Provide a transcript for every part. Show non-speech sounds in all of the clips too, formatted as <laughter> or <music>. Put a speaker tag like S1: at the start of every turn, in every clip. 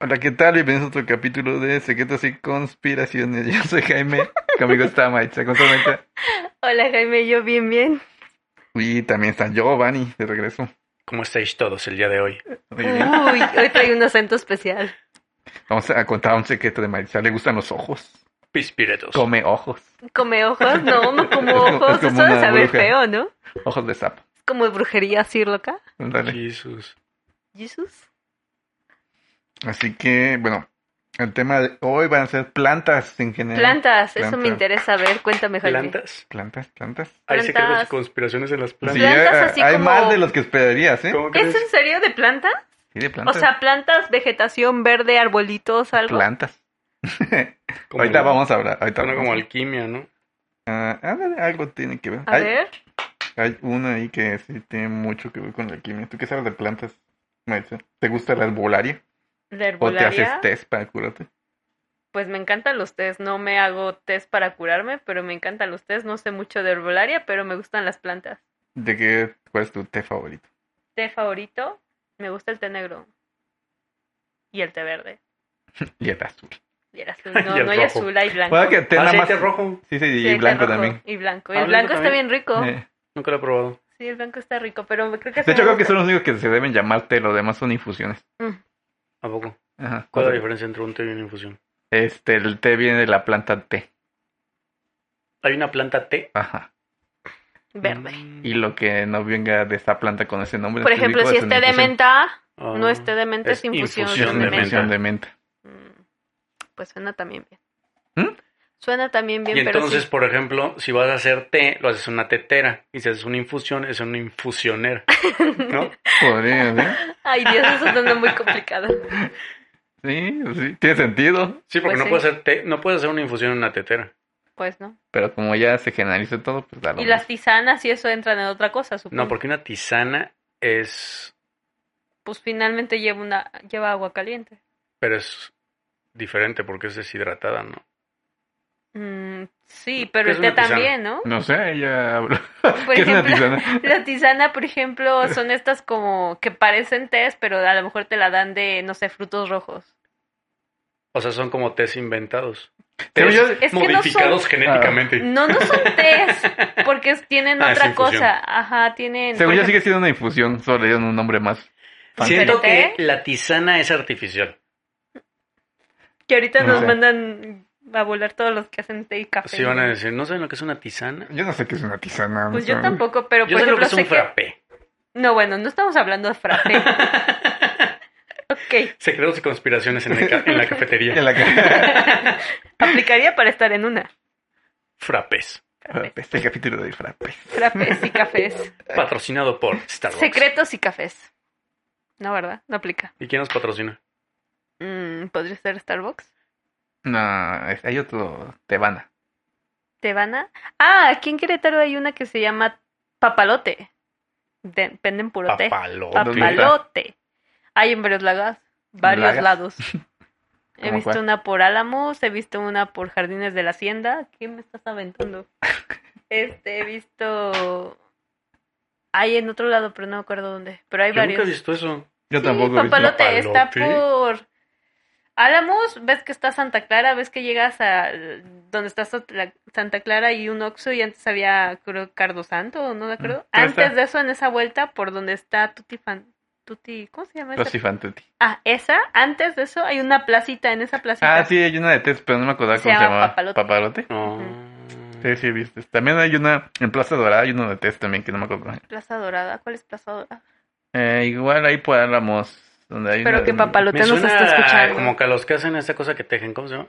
S1: Hola, ¿qué tal? Bienvenidos a otro capítulo de Secretos y Conspiraciones. <laughs> Yo soy Jaime, conmigo está Maitza, ¿cómo estás, Maitza?
S2: Hola Jaime, yo bien, bien.
S1: Y también está Giovanni, de regreso.
S3: ¿Cómo estáis todos el día de hoy?
S1: Muy bien.
S2: Uy, hoy traigo un acento especial.
S1: Vamos a contar un secreto de Maitza. Le gustan los ojos.
S3: Pispiretos.
S1: Come ojos.
S2: ¿Come ojos?
S1: <laughs>
S2: No, no como
S1: Es como- es
S2: ojos,
S1: como
S2: eso de
S1: una
S2: saber
S1: bruja.
S2: feo, ¿no?
S1: Ojos de sapo.
S2: Es como brujería así loca.
S1: Ándale.
S3: Jesús.
S2: Jesús.
S1: Así que, bueno, el tema de hoy van a ser plantas en general.
S2: Plantas, eso
S1: Plantas.
S2: me interesa. A ver, cuéntame Jaime.
S3: ¿Plantas?
S1: Plantas, plantas.
S3: Hay
S2: Plantas.
S3: secretos y conspiraciones en las
S1: Sí,
S3: plantas.
S2: Pues Plantas
S1: hay-
S2: así
S1: hay
S2: como-
S1: más de los que esperarías, ¿eh?
S3: ¿Cómo
S2: ¿Es
S3: crees?
S2: en serio de planta?
S1: Sí, de
S2: O
S1: plantas.
S2: sea, plantas, vegetación, verde, arbolitos, algo.
S1: plantas. <laughs>
S3: Como
S1: ahorita
S3: la-
S1: vamos a hablar. Ahorita
S3: Suena
S1: vamos.
S3: como alquimia, ¿no?
S1: Ah, ándale, algo tiene que ver.
S2: A
S1: Hay-
S2: ver,
S1: Hay una ahí que sí tiene mucho que ver con la alquimia. ¿Tú qué sabes de plantas, Maritza? ¿Te gusta la herbolaria? ¿O
S2: la
S1: te
S2: herbolaria.
S1: haces test para curarte?
S2: Pues me encantan los test. No me hago test para curarme, pero me encantan los test. No sé mucho de herbolaria, pero me gustan las plantas.
S1: ¿De qué? ¿Cuál es tu té favorito?
S2: Té favorito, me gusta el té negro. Y el té verde.
S1: Y el azul.
S2: Y el
S3: <laughs>
S2: azul.
S3: Y
S2: No,
S3: el
S2: no hay
S3: rojo.
S2: azul, hay blanco.
S1: Bueno, que té nada
S3: Aceite
S1: más-
S3: rojo.
S1: Sí, sí, y
S2: Sí, el té
S1: blanco
S2: rojo
S1: también.
S2: Y blanco.
S3: Ah,
S2: El
S3: blanco
S2: blanco está bien rico.
S1: Eh,
S3: Nunca lo he probado.
S2: Sí, el blanco está rico, pero creo que...
S1: De hecho, creo que son
S2: solo...
S1: los únicos que se deben llamar té, los demás son infusiones.
S2: Mm,
S3: Mm, ¿A poco?
S1: Ajá.
S3: ¿Cuál es la diferencia entre un té y una infusión?
S1: Este, el té viene de la planta té.
S3: ¿Hay una planta té?
S1: Ajá.
S2: Verde.
S3: Mm.
S1: Y lo que no venga de esa planta con ese nombre
S2: Por ejemplo,
S1: específico
S2: si
S1: es
S2: es té
S1: una
S2: de
S1: infusión.
S2: menta,
S3: Ah.
S2: no es té de menta,
S3: es
S2: es infusión,
S1: Es
S3: infusión
S1: una
S2: de menta.
S1: infusión de menta.
S2: Mm, Pues suena también bien.
S1: ¿Mm?
S2: Suena también bien,
S3: Y
S2: pero
S3: entonces,
S2: sí.
S3: por ejemplo, si vas a hacer té, lo haces una tetera. Y si haces una infusión, es una infusionera. ¿No?
S1: Podría, ¿eh? ¿sí?
S2: <laughs> Ay, Dios, eso suena muy complicado.
S1: Sí, pues sí, tiene sentido.
S3: Sí, porque
S2: Pues
S3: no
S2: sí.
S3: puedes hacer té, no puedes hacer una infusión en una tetera.
S2: Pues no.
S1: Pero como ya se generaliza todo, pues da lo
S2: Y
S1: mismo.
S2: las tisanas y eso entran en otra cosa, supongo.
S3: No, porque una tisana es.
S2: Pues finalmente lleva, una, lleva agua caliente.
S3: Pero es diferente porque es deshidratada, ¿no?
S2: Mm, sí, pero
S3: es
S2: el té
S3: una tisana?
S2: también, ¿no?
S1: No sé, ella habló.
S2: <laughs> Por
S1: ¿Qué es una
S2: ejemplo, <laughs>
S1: tisana?
S2: la tisana, por ejemplo, son estas como que parecen tés, pero a lo mejor te la dan de, no sé, frutos rojos.
S3: O sea, son como tés inventados.
S1: Pero
S3: Tés
S1: yo-
S2: Es que no
S3: modificados
S2: son- Ah.
S3: genéticamente.
S2: No, no son tés, porque es- tienen
S3: Ah, es
S2: otra
S3: infusión.
S2: cosa. Ajá, tienen...
S1: Según
S2: por
S1: yo
S2: ejemplo,
S1: sigue siendo una infusión, solo le dieron un nombre más. fancy.
S2: ¿Pero
S3: Siento
S2: té?
S3: que la tisana es artificial.
S2: Que ahorita
S1: No
S2: nos
S1: sé.
S2: mandan a volar todos los que hacen té y café.
S3: Si van a decir, ¿no saben lo que es una tisana?
S1: Yo no sé qué es una tisana.
S2: Pues
S1: no
S2: yo
S1: sé. <laughs>
S2: tampoco, pero
S3: Yo
S2: por
S3: sé lo que
S2: ejemplo
S3: es un
S2: sé que...
S3: frappé.
S2: No, bueno, no estamos hablando de
S3: <laughs>
S2: frappé. ok, <laughs>
S3: Secretos y conspiraciones en, el ca- en la
S1: Y en
S3: cafetería.
S1: la ca-
S2: aplicaría para estar en una.
S3: Frappés.
S1: este capítulo de frappés.
S2: Frappés y cafés.
S3: Patrocinado por Starbucks.
S2: Secretos y cafés. No, ¿verdad? No aplica.
S3: ¿Y quién nos patrocina?
S2: Mm, ¿Podría ser Starbucks?
S1: No, es- hay otro tebana.
S2: ¿Tebana? Ah, aquí en Querétaro hay una que se llama Papalote. De- venden puro té.
S3: Papalote.
S1: ¿Dónde está?
S2: Papalote. Hay en varios lagos. Varios
S1: ¿Lagas?
S2: lados.
S1: <laughs>
S2: He
S1: ¿Cómo
S2: visto
S1: cuál?
S2: una por Álamos, he visto una por Jardines de la Hacienda. ¿Qué me
S1: <laughs>
S2: estás aventando? Este, he visto... Hay en otro lado, pero no me acuerdo dónde. Pero hay
S3: Yo nunca he
S2: varios.
S3: visto eso.
S1: Yo
S2: Sí,
S1: tampoco. he visto.
S2: papalote,
S3: papalote.
S2: está por Álamos, ves que está Santa Clara, ves que llegas a donde está Santa Santa Clara y un Oxxo y antes había creo Cardo Santo, no me acuerdo.
S1: Mm, pero
S2: antes
S1: está-
S2: de eso en esa vuelta por donde está Tutti Fan Tutti, ¿cómo se llama esa?
S1: Los infantetti.
S2: Ah, esa, antes de eso hay una placita, en esa placita.
S1: Ah, sí, hay una de test, pero no me acordaba
S2: Se
S1: cómo se
S2: llama
S1: llamaba.
S2: papalote.
S3: No.
S1: Sí, sí, viste. También hay una en Plaza Dorada, hay una de test también que no me acuerdo.
S2: Plaza Dorada, ¿cuál es Plaza Dorada?
S1: Eh, igual ahí por Álamos. Donde hay
S2: Pero
S1: una-
S2: que papalote
S3: Me
S2: nos
S3: suena
S2: está escuchando.
S3: como que a los que hacen esta cosa que tejen, ¿cómo se llama?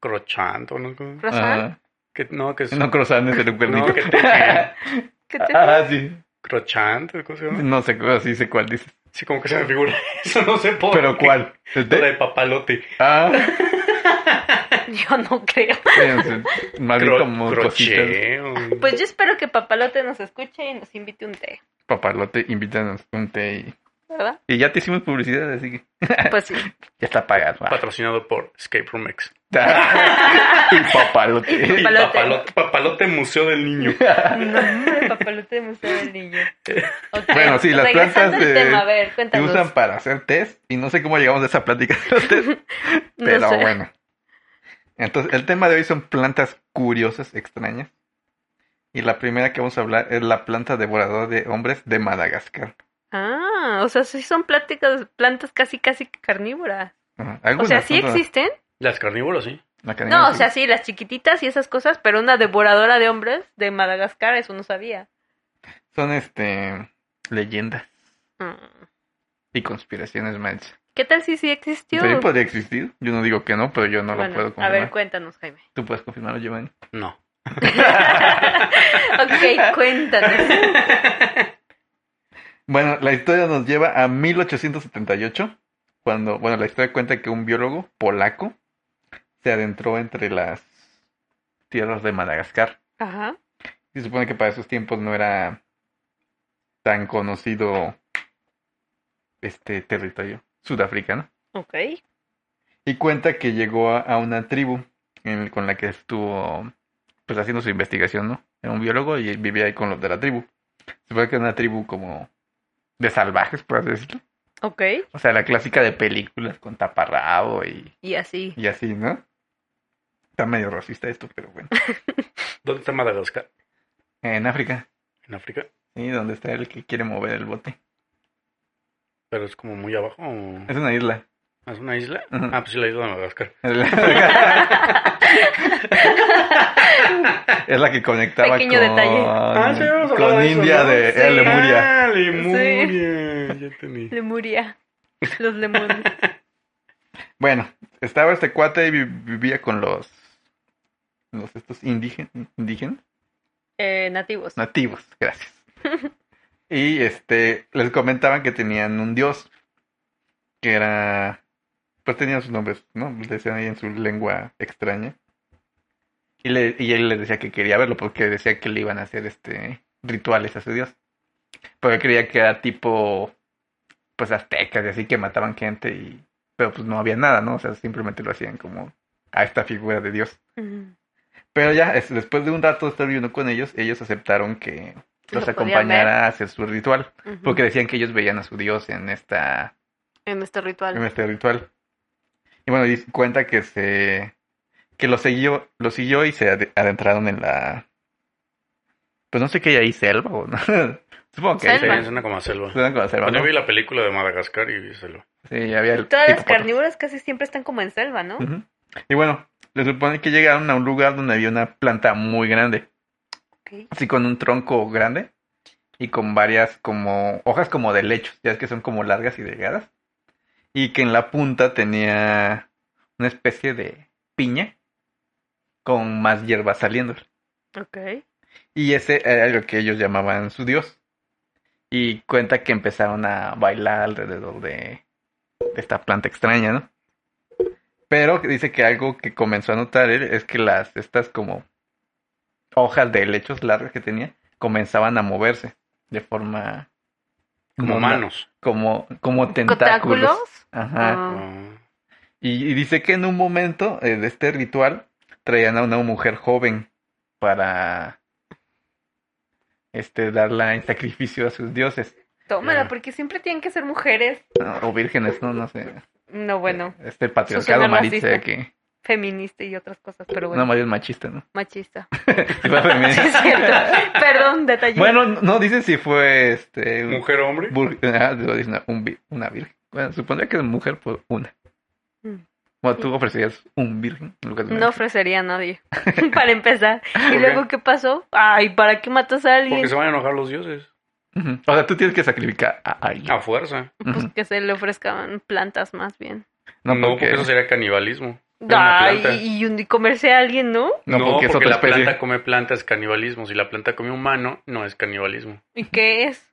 S3: Crochando, ¿no? ¿Cómo?
S2: Rosa,
S1: Ah,
S3: Que, no, que es...
S1: no croissant es el cuernito.
S3: No,
S1: <laughs>
S3: que tejen.
S2: ¿qué te-
S1: Ah, sí.
S3: Crochando, ¿cómo se llama?
S1: No sé, sí sé cuál dices.
S3: Sí, como que se me figura <laughs> eso, no sé por
S1: ¿Pero
S3: qué.
S1: cuál? ¿El
S3: Lo de
S1: té?
S3: papalote.
S1: Ah,
S2: Yo no creo.
S1: fíjense, más bien
S3: Cro-
S1: como cositas.
S3: crocheo.
S2: Pues yo espero que Papalote nos escuche y nos invite un té,
S1: Papalote, invítanos un té y...
S2: ¿verdad?
S1: <laughs> y ya te hicimos publicidad, así que
S2: Pues sí.
S1: ya está pagado. va.
S2: <laughs>
S3: Patrocinado por Escape Room X.
S1: y papalote.
S3: Y
S2: Papalote.
S3: papalote, papalote Museo del
S2: <laughs>
S3: Niño.
S2: No, el papalote de museo
S1: <laughs>
S2: del niño. Ok,
S1: Bueno, sí, las
S2: regresando
S1: plantas
S2: al
S1: de-
S2: tema, a ver,
S1: Se
S2: cuéntanos.
S1: usan para hacer test y no sé cómo llegamos a esa plática de los test,
S2: <laughs> No
S1: pero
S2: sé.
S1: bueno. Entonces, el tema de hoy son plantas curiosas, extrañas. Y la primera que vamos a hablar es la planta devoradora de hombres de Madagascar.
S2: Ah, o sea, sí son pláticas, plantas casi, casi carnívoras.
S1: Ajá.
S2: O sea,
S1: Algunas
S2: sí
S1: son todas.
S2: existen.
S3: Las carnívoros, sí.
S1: La cadena
S2: No, o
S1: sí.
S2: sea, sí, las chiquititas y esas cosas, pero una devoradora de hombres de Madagascar, eso no sabía.
S1: Son este leyendas
S2: Mm.
S1: y conspiraciones más.
S2: ¿Qué tal si sí existió?
S1: También podría existir. Yo no digo que no, pero yo pues, no
S2: Bueno,
S1: lo puedo
S2: a
S1: confirmar.
S2: ver,
S1: <laughs>
S2: cuéntanos, Jaime.
S1: Tú puedes confirmarlo, Giovanni.
S2: <laughs>
S3: No.
S2: ok, cuéntanos.
S1: Bueno, la historia nos lleva a 1878, cuando, bueno, la historia cuenta que un biólogo polaco se adentró entre las tierras de Madagascar.
S2: Ajá.
S1: Se supone que para esos tiempos no era tan conocido este territorio sudafricano.
S2: Ok.
S1: Y cuenta que llegó a, a una tribu en- con la que estuvo pues haciendo su investigación, ¿no? Era un biólogo y vivía ahí con los de la tribu. Se supone que era una tribu como de salvajes, por así decirlo.
S2: Ok.
S1: O sea, la clásica de películas con taparrabo y,
S2: Y así.
S1: y así, ¿no? Está medio racista esto, pero
S2: <laughs>
S1: bueno.
S3: ¿Dónde está Madagascar?
S1: En África,
S3: En África.
S1: ¿sí? Donde está el que quiere mover el bote.
S3: Pero es como muy abajo. ¿o
S1: Es una isla.
S3: ¿Es una isla?
S1: Ujú. <laughs>
S3: Ah, pues sí, la isla de Madagascar.
S2: <laughs>
S1: es la que conectaba
S2: Pequeño
S1: con,
S2: detalle.
S3: Ah, sí, vamos a hablar
S1: con
S3: de eso,
S1: India
S3: ¿no?
S1: de
S2: Sí.
S1: era Lemuria.
S3: Ah, Lemuria. Ya entendí.
S2: Lemuria. Los lemones.
S1: Bueno, estaba este cuate y vi- vivía con los, los estos indígenas, indígenas
S2: Eh, nativos.
S1: nativos, gracias. Y este les comentaban que tenían un dios que era pues tenían sus nombres, ¿no? Les decían ahí en su lengua extraña. Y, le, y él les decía que quería verlo porque decía que le iban a hacer este rituales a su dios. Porque creía que era tipo pues aztecas y así que mataban gente y pero pues no había nada, ¿no? O sea, simplemente lo hacían como a esta figura de dios.
S2: Mm.
S1: Pero ya, es- después de un rato de estar viviendo con ellos, ellos aceptaron que los
S2: Lo podían
S1: acompañara a hacer su ritual.
S2: Ujú.
S1: Porque decían que ellos veían a su dios en, esta,
S2: En este ritual.
S1: en este ritual. Y bueno, y cuenta que se que lo siguió, lo siguió y se ade- adentraron en la... Pues no sé qué hay ahí, selva o no. <laughs> Supongo que ahí
S3: Sí,
S2: Selva.
S1: se-
S3: es una como selva.
S1: se dan con la selva,
S3: Cuando
S1: ¿no?
S3: yo vi la película de Madagascar y vi selva.
S1: Sí, había el
S2: Todas las
S1: hipopótamo.
S2: carnívoras casi siempre están como en selva, ¿no?
S1: Ujú. Y bueno, se supone que llegaron a un lugar donde había una planta muy grande.
S2: Ok.
S1: así con un tronco grande y con varias como hojas como de lechos, ya es que son como largas y delgadas. Y que en la punta tenía una especie de piña con más hierbas saliendo.
S2: Ok.
S1: Y ese era lo que ellos llamaban su dios. Y cuenta que empezaron a bailar alrededor de, de esta planta extraña, ¿no? Pero dice que algo que comenzó a notar él es que las, estas como hojas de helechos largas que tenía comenzaban a moverse de forma
S3: Como
S1: una-
S3: manos.
S1: Como, como tentáculos.
S2: ¿Cotáculos?
S1: Ajá.
S2: Ah.
S1: Y, y dice que en un momento eh, de este ritual traían a una mujer joven para este darla en sacrificio a sus dioses
S2: Tómala,
S1: Ah.
S3: Ya.
S2: porque siempre tienen que ser mujeres.
S1: ¿no? o vírgenes, no, no sé.
S2: No, bueno,
S1: Este patriarcado
S2: suena
S1: machista
S2: racista.
S1: que
S2: feminista y otras cosas, pero bueno,
S1: no María es machista,
S2: <laughs>
S1: ¿no?
S2: machista.
S1: Si fue <laughs> feminista.
S2: Sí,
S1: <laughs>
S2: es cierto. Perdón, detalle.
S1: Bueno, no dice si fue este un-
S3: Mujer, hombre.
S1: bur- ah, digo, dice una, un vi- una virgen. Bueno, supondría que es mujer por una.
S2: Mm.
S1: Bueno, tú ofrecerías un virgen en lugar de una
S2: no ofrecería
S1: <laughs>
S2: a nadie, para empezar. ¿Y luego qué pasó? Ay, ¿para qué matas a alguien?
S3: Porque se van a enojar los dioses.
S1: virgen. Ujú. O sea, tú tienes que sacrificar a alguien.
S3: A fuerza.
S2: Pues
S1: Ujú.
S2: que se le ofrezcan plantas más bien.
S3: No, porque... eso sería canibalismo. Es una
S2: Ay,
S3: planta.
S2: y, un- y comerse a alguien, ¿no?
S1: No, porque es otra
S3: la
S1: especie.
S3: planta come planta es canibalismo. Si la planta come humano, no es canibalismo.
S2: ¿Y qué es?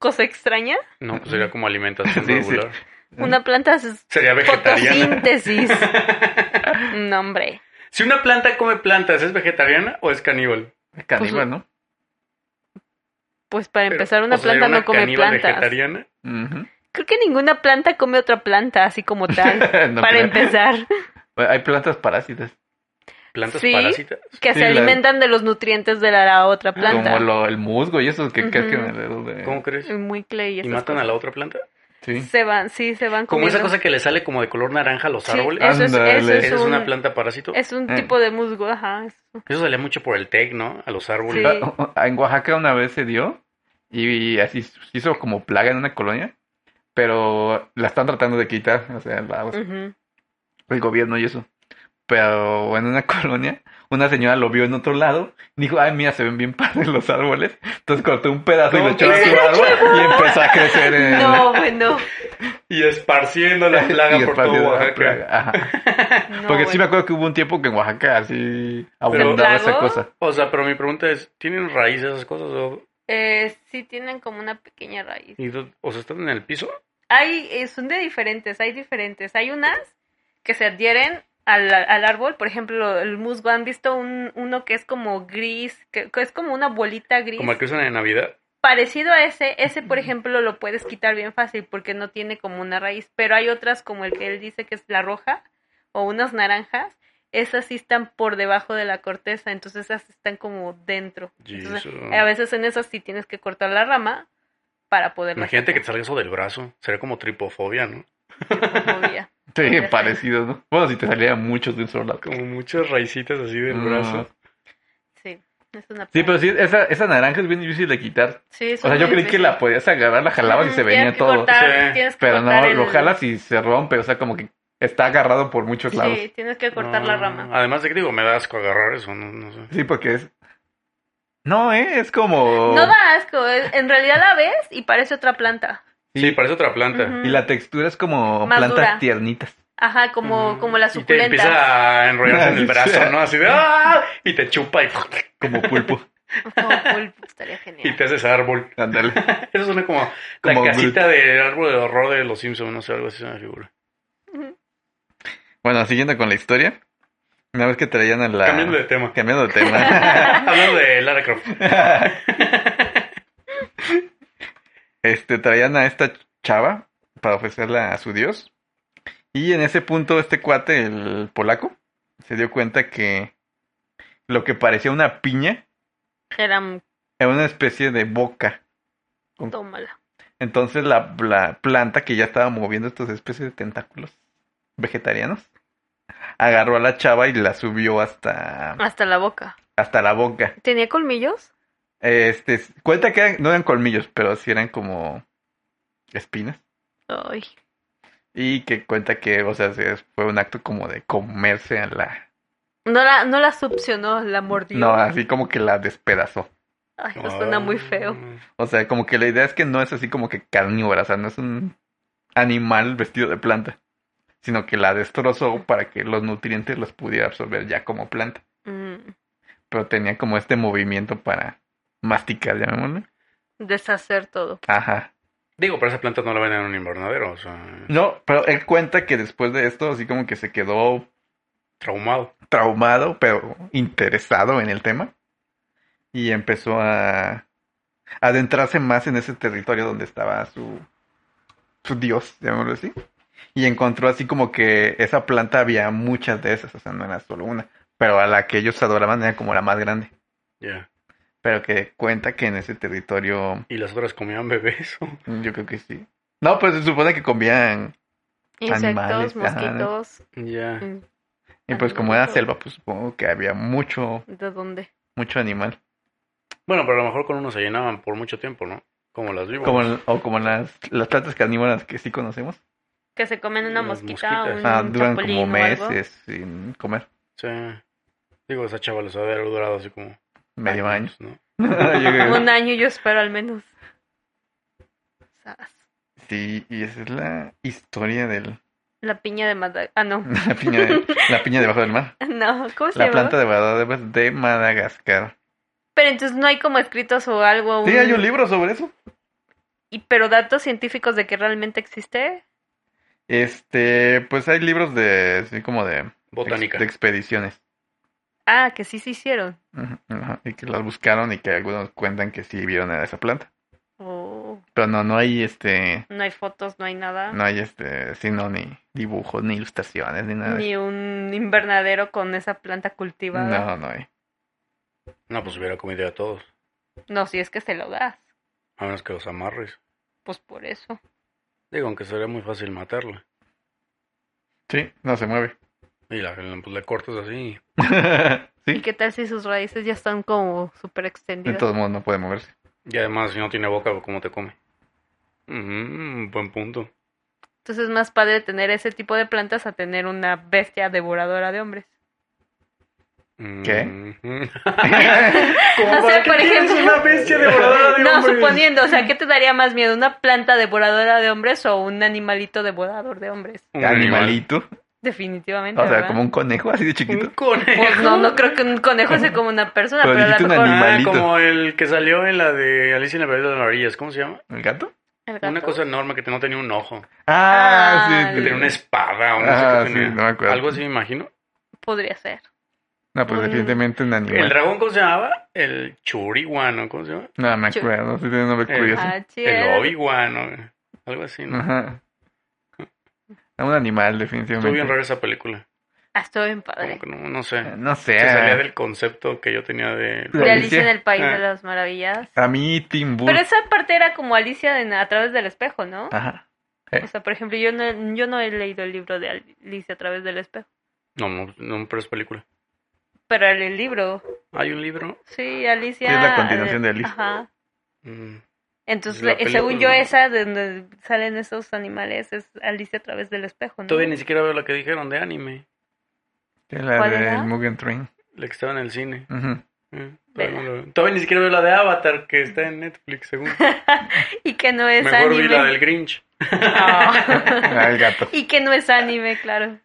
S2: ¿Cosa extraña?
S3: No, pues sería como alimentación <laughs>
S1: Sí, sí.
S3: regular.
S2: Una planta es
S3: Sería
S2: Pues
S3: vegetariana.
S2: fotosíntesis. no, hombre.
S3: Si una planta come plantas, ¿es vegetariana o es caníbal?
S1: Es caníbal, ¿no?
S2: Pues para
S3: Pero,
S2: empezar, una
S3: o sea,
S2: planta
S3: ¿una
S2: no come
S3: caníbal
S2: plantas.
S3: vegetariana?
S1: Ujú.
S2: <laughs>
S3: <laughs>
S2: Creo que ninguna planta come otra planta así como tal.
S1: No
S2: para
S1: creo.
S2: empezar.
S1: Hay plantas parásitas.
S3: Plantas
S2: Sí.
S3: parásitas.
S2: Que
S1: Sí,
S2: se
S1: la-
S2: alimentan de los nutrientes de la, la otra planta.
S1: Como lo- el musgo y esos que
S2: Ujú.
S1: cascan alrededor de...
S3: ¿Cómo crees?
S2: Muy clay.
S3: ¿Y
S2: esas
S3: matan
S2: cosas.
S3: a la otra planta?
S1: Sí.
S2: Se van, sí, se van
S3: Como esa
S2: comiendo.
S3: cosa que le sale como de color naranja a los
S2: Sí,
S3: árboles.
S1: Ah,
S2: eso es,
S1: Ándale.
S2: eso es
S3: Esa es
S2: un,
S3: una planta Mm. parásito.
S2: es un
S1: Eh.
S2: tipo de musgo, ajá. es-
S3: Eso salía mucho por el tec, ¿no? A los árboles.
S2: Sí.
S1: Ah, ah, En Oaxaca una vez se dio y así se hizo como plaga en una colonia, pero la están tratando de quitar, o sea, la-
S3: Pues,
S2: ujú.
S1: el gobierno y eso. Pero en una <laughs> colonia, una señora lo vio en otro lado, dijo, ay, mira, se ven bien padres los árboles. Entonces cortó un pedazo y lo
S3: ¿Cómo
S1: echó a
S3: crees?
S1: su árbol y empezó a crecer en...
S3: <laughs>
S2: No, bueno.
S3: Y esparciendo la plaga
S1: y
S3: por
S1: esparció
S3: todo
S1: la
S3: Oaxaca.
S1: plaga, ajá.
S2: no,
S1: Porque sí me
S2: bueno.
S1: acuerdo que hubo un tiempo que en Oaxaca así abundaba esa
S2: plago?
S1: cosa.
S3: O sea, pero mi pregunta es, ¿tienen raíz esas cosas? O,
S2: Eh, sí tienen como una pequeña raíz.
S3: y do- o sea, ¿están en el piso?
S2: Hay, eh, son de diferentes, hay diferentes. Hay unas que se adhieren al, al árbol, por ejemplo, el musgo. ¿Han visto un, uno que es como gris, que, que es como una bolita gris?
S3: Como el que usan en Navidad.
S2: Parecido a ese, ese por ejemplo lo puedes quitar bien fácil porque no tiene como una raíz, pero hay otras como el que él dice que es la roja o unas naranjas, esas sí están por debajo de la corteza, entonces esas están como dentro. Entonces,
S3: Jesus.
S2: a veces en esas sí tienes que cortar la rama para poder
S3: Imagínate que te salga eso del brazo. Sería como tripofobia, ¿no?
S2: <laughs>
S1: Sí,
S2: Ya.
S1: parecido, ¿no? Bueno, si te salían muchos de un solo lado.
S3: Como
S2: Mm.
S3: muchas raicitas así del
S1: Ah.
S3: brazo.
S2: Sí, es una
S1: Sí, pero sí, esa, esa naranja es bien difícil de quitar.
S2: Sí, es
S1: O sea,
S2: muy
S1: yo creí que
S2: difícil.
S1: la podías agarrar, la jalabas y
S2: Ujú,
S1: se
S2: tienes
S1: venía
S2: que
S1: todo.
S2: cortar-
S3: Sí.
S2: tienes que
S1: Pero no,
S2: cortar
S1: lo
S2: el-
S1: jalas y se rompe, o sea, como que está agarrado por muchos lados.
S2: Sí, tienes que cortar la
S3: No,
S2: rama.
S3: Ah. Además de que digo, me da asco agarrar eso, no, no sé.
S1: Sí, porque es... No, ¿eh? Es como...
S2: No da asco, es- en realidad la ves y parece otra planta.
S3: Sí, parece otra planta.
S2: Ujú.
S1: Y la textura es como
S2: Más
S1: plantas
S2: dura.
S1: tiernitas.
S2: Ajá, como,
S3: Mm,
S2: como la
S3: Y te
S2: suculenta.
S3: empieza a enrollarse <laughs> en el
S1: Sí.
S3: brazo, ¿no? Así de ¡ah! Y te chupa y,
S1: Como
S2: <laughs>
S1: pulpo.
S2: Como pulpo, estaría
S3: y
S2: genial.
S3: te haces árbol.
S1: Ándale.
S3: Eso suena como, la
S1: Como
S3: casita del árbol de horror de los Simpsons, no sé, algo así es una figura.
S1: Bueno, siguiendo con la historia. Una vez que traían a la...
S3: Cambiando de tema. <laughs>
S1: Cambiando de
S2: <laughs>
S1: tema.
S3: Hablando de Lara Croft.
S1: <laughs> este, traían a esta chava para ofrecerla a su dios. Y en ese punto, este cuate, el polaco, se dio cuenta que lo que parecía una piña
S2: Eran,
S1: era una especie de boca.
S2: tómala.
S1: Entonces, la, la planta que ya estaba moviendo estas especies de tentáculos vegetarianos agarró a la chava y la subió hasta,
S2: Hasta la boca.
S1: hasta la boca.
S2: ¿Tenía colmillos?
S1: Este, cuenta que eran- no eran colmillos, pero sí eran como espinas.
S2: Ay.
S1: Y que cuenta que, o sea, se- fue un acto como de comerse a la...
S2: No la, no la succionó, la mordió.
S1: No, así como que la despedazó.
S2: Ay, eso suena muy feo.
S1: O sea, como que la idea es que no es así como que carnívora, o sea, no es un animal vestido de planta, sino que la destrozó para que los nutrientes los pudiera absorber ya como planta.
S2: Mm,
S1: Pero tenía como este movimiento para masticar, llamémosle.
S2: deshacer todo.
S1: Ajá.
S3: Digo, pero esa planta no la ven en un invernadero, o sea,
S1: No, pero él cuenta que después de esto así como que se quedó
S3: traumado.
S1: traumado, pero interesado en el tema. Y empezó a adentrarse más en ese territorio donde estaba su, su dios, llamémoslo así. Y encontró así como que esa planta había muchas de esas, o sea, no era solo una. Pero a la que ellos adoraban era como la más grande.
S3: Ya.
S1: Pero que cuenta que en ese territorio,
S3: ¿Y las otras comían bebés? <laughs> o?
S1: yo creo que sí. No, pues se supone que comían. Animales,
S2: Insectos,
S1: ajá.
S2: mosquitos.
S3: Ya.
S2: mm,
S1: Y pues como era selva, pues supongo que había mucho,
S2: ¿De dónde?
S1: mucho animal.
S3: Bueno, pero a lo mejor con uno se llenaban por mucho tiempo, ¿no? Como las víboras.
S1: Como, o como las, las plantas carnívoras que sí conocemos.
S2: Que se comen una
S3: Las
S2: mosquita o
S3: mosquitas.
S2: un
S1: Ah, duran
S2: chapulín
S1: como
S2: o algo.
S1: meses sin comer,
S3: O sea, digo, esa chava les ha de haber durado así como...
S1: medio año.
S3: años, ¿no?
S1: <laughs> Yo creo que
S2: Un año yo espero al menos. Sas.
S1: sí, y esa es la historia del, <laughs>
S2: La piña de Madagascar. Ah, no. <laughs>
S1: la, piña de- la piña debajo del mar.
S2: No, ¿cómo se
S1: La
S2: llama?
S1: planta de Badabas de Madagascar.
S2: Pero entonces no hay como escritos o algo.
S1: Sí, hay un libro sobre eso.
S2: y- pero datos científicos de que realmente existe.
S1: Este, pues hay libros de, así como de,
S3: Botánica.
S1: de expediciones.
S2: Ah, que sí se hicieron.
S1: Ujú, ajá, Y que las buscaron y que algunos cuentan que sí vieron a esa planta.
S2: Oh,
S1: Pero no, no hay este,
S2: no hay fotos, no hay nada.
S1: no hay este, sino ni dibujos, ni ilustraciones, ni nada. de
S2: ni
S1: eso.
S2: un un invernadero con esa planta
S1: No,
S2: cultivada.
S1: no hay.
S3: No, pues hubiera comido a todos.
S2: No. si es que se lo das.
S3: A menos que los amarres.
S2: Pues por eso.
S3: Digo, aunque sería muy fácil matarla.
S1: Sí, no se mueve. <laughs>
S3: Y la, la- pues, le cortas así.
S2: ¿Y
S1: sí,
S2: qué tal si sus raíces ya están como súper
S1: de
S2: extendidas?
S1: todos modos no puede moverse.
S3: <laughs>
S1: <laughs>
S3: Y además, si no tiene boca, ¿cómo te come? Mm, buen punto.
S2: Entonces es más padre tener ese tipo de plantas a tener una bestia devoradora de hombres.
S1: ¿Qué?
S3: Mm.
S2: O sea, por ejemplo-
S3: bestia
S2: <laughs> No, suponiendo, o sea, ¿qué te daría más miedo? ¿Una planta devoradora de hombres o un animalito devorador de hombres?
S3: Un
S1: Animalito.
S2: Definitivamente.
S1: O sea,
S2: ¿verdad?
S1: como un conejo así de chiquito.
S3: Un conejo.
S2: Pues no, no creo que un conejo sea como una persona,
S1: Pero
S2: pero, a
S1: dijiste
S2: lo
S1: un
S2: mejor.
S1: animal.
S3: Ah,
S1: Animalito.
S3: como el que salió en la de Alicia en el País de las Maravillas. ¿Cómo se llama?
S1: ¿El gato?
S2: El gato.
S3: Una cosa enorme que no tenía un ojo.
S1: Ah,
S2: Ah,
S1: sí.
S3: Que
S1: sí.
S3: tenía una espada o no
S1: Ah,
S3: sé qué
S1: sí,
S3: tenía.
S1: no me acuerdo.
S3: Algo así, me imagino.
S2: Podría ser.
S1: No, pues
S2: un-
S1: definitivamente un
S3: ¿El
S1: animal.
S3: dragón cómo se llamaba? El Churiguano, ¿cómo se llama?
S1: No, me
S2: Chu-
S1: acuerdo. Sí, tiene un nombre
S3: El-
S1: curioso.
S2: Ah,
S3: El
S2: chido.
S3: Obi-Wan, o algo así, ¿no?
S1: Ajá. Un animal,
S3: Estuvo bien
S1: definitivamente.
S3: rara esa película.
S2: Ah, estuvo bien
S3: Como
S2: padre.
S3: que no, no sé.
S1: No sé.
S3: Se salía del concepto que yo tenía de...
S1: La
S2: De Alicia
S1: Alicia.
S2: en el País
S3: Ah.
S2: de las Maravillas.
S1: A mí, Tim Burton.
S2: Pero esa parte era como Alicia en- a través del espejo, ¿no?
S1: Ajá.
S2: O sea, por ejemplo, yo no, yo no he leído el libro de Alicia a través del espejo.
S3: No, no, no, pero es película.
S2: Pero el, el libro,
S3: Hay un libro.
S2: sí, Alicia. eh,
S1: Es la continuación de Alicia.
S2: Ajá.
S3: mm,
S2: Entonces,
S3: La
S2: eh, según
S3: película,
S2: yo,
S3: ¿no?
S2: esa de donde salen esos animales es Alicia a través del espejo, ¿no?
S3: Todavía ni siquiera veo la que dijeron de anime.
S1: Que La
S2: ¿Cuál
S1: del
S2: era?
S1: Mugen Train.
S3: La que estaba en el cine.
S2: <laughs>
S1: Ujú.
S3: Eh, todavía,
S2: Vela.
S3: no la veo. Todavía ni siquiera veo la de Avatar que está en Netflix, según.
S2: y que no <laughs> es
S3: Mejor vi
S2: anime.
S3: la del Grinch.
S2: No. <laughs>
S1: Ah, el gato.
S2: y que no es anime, claro.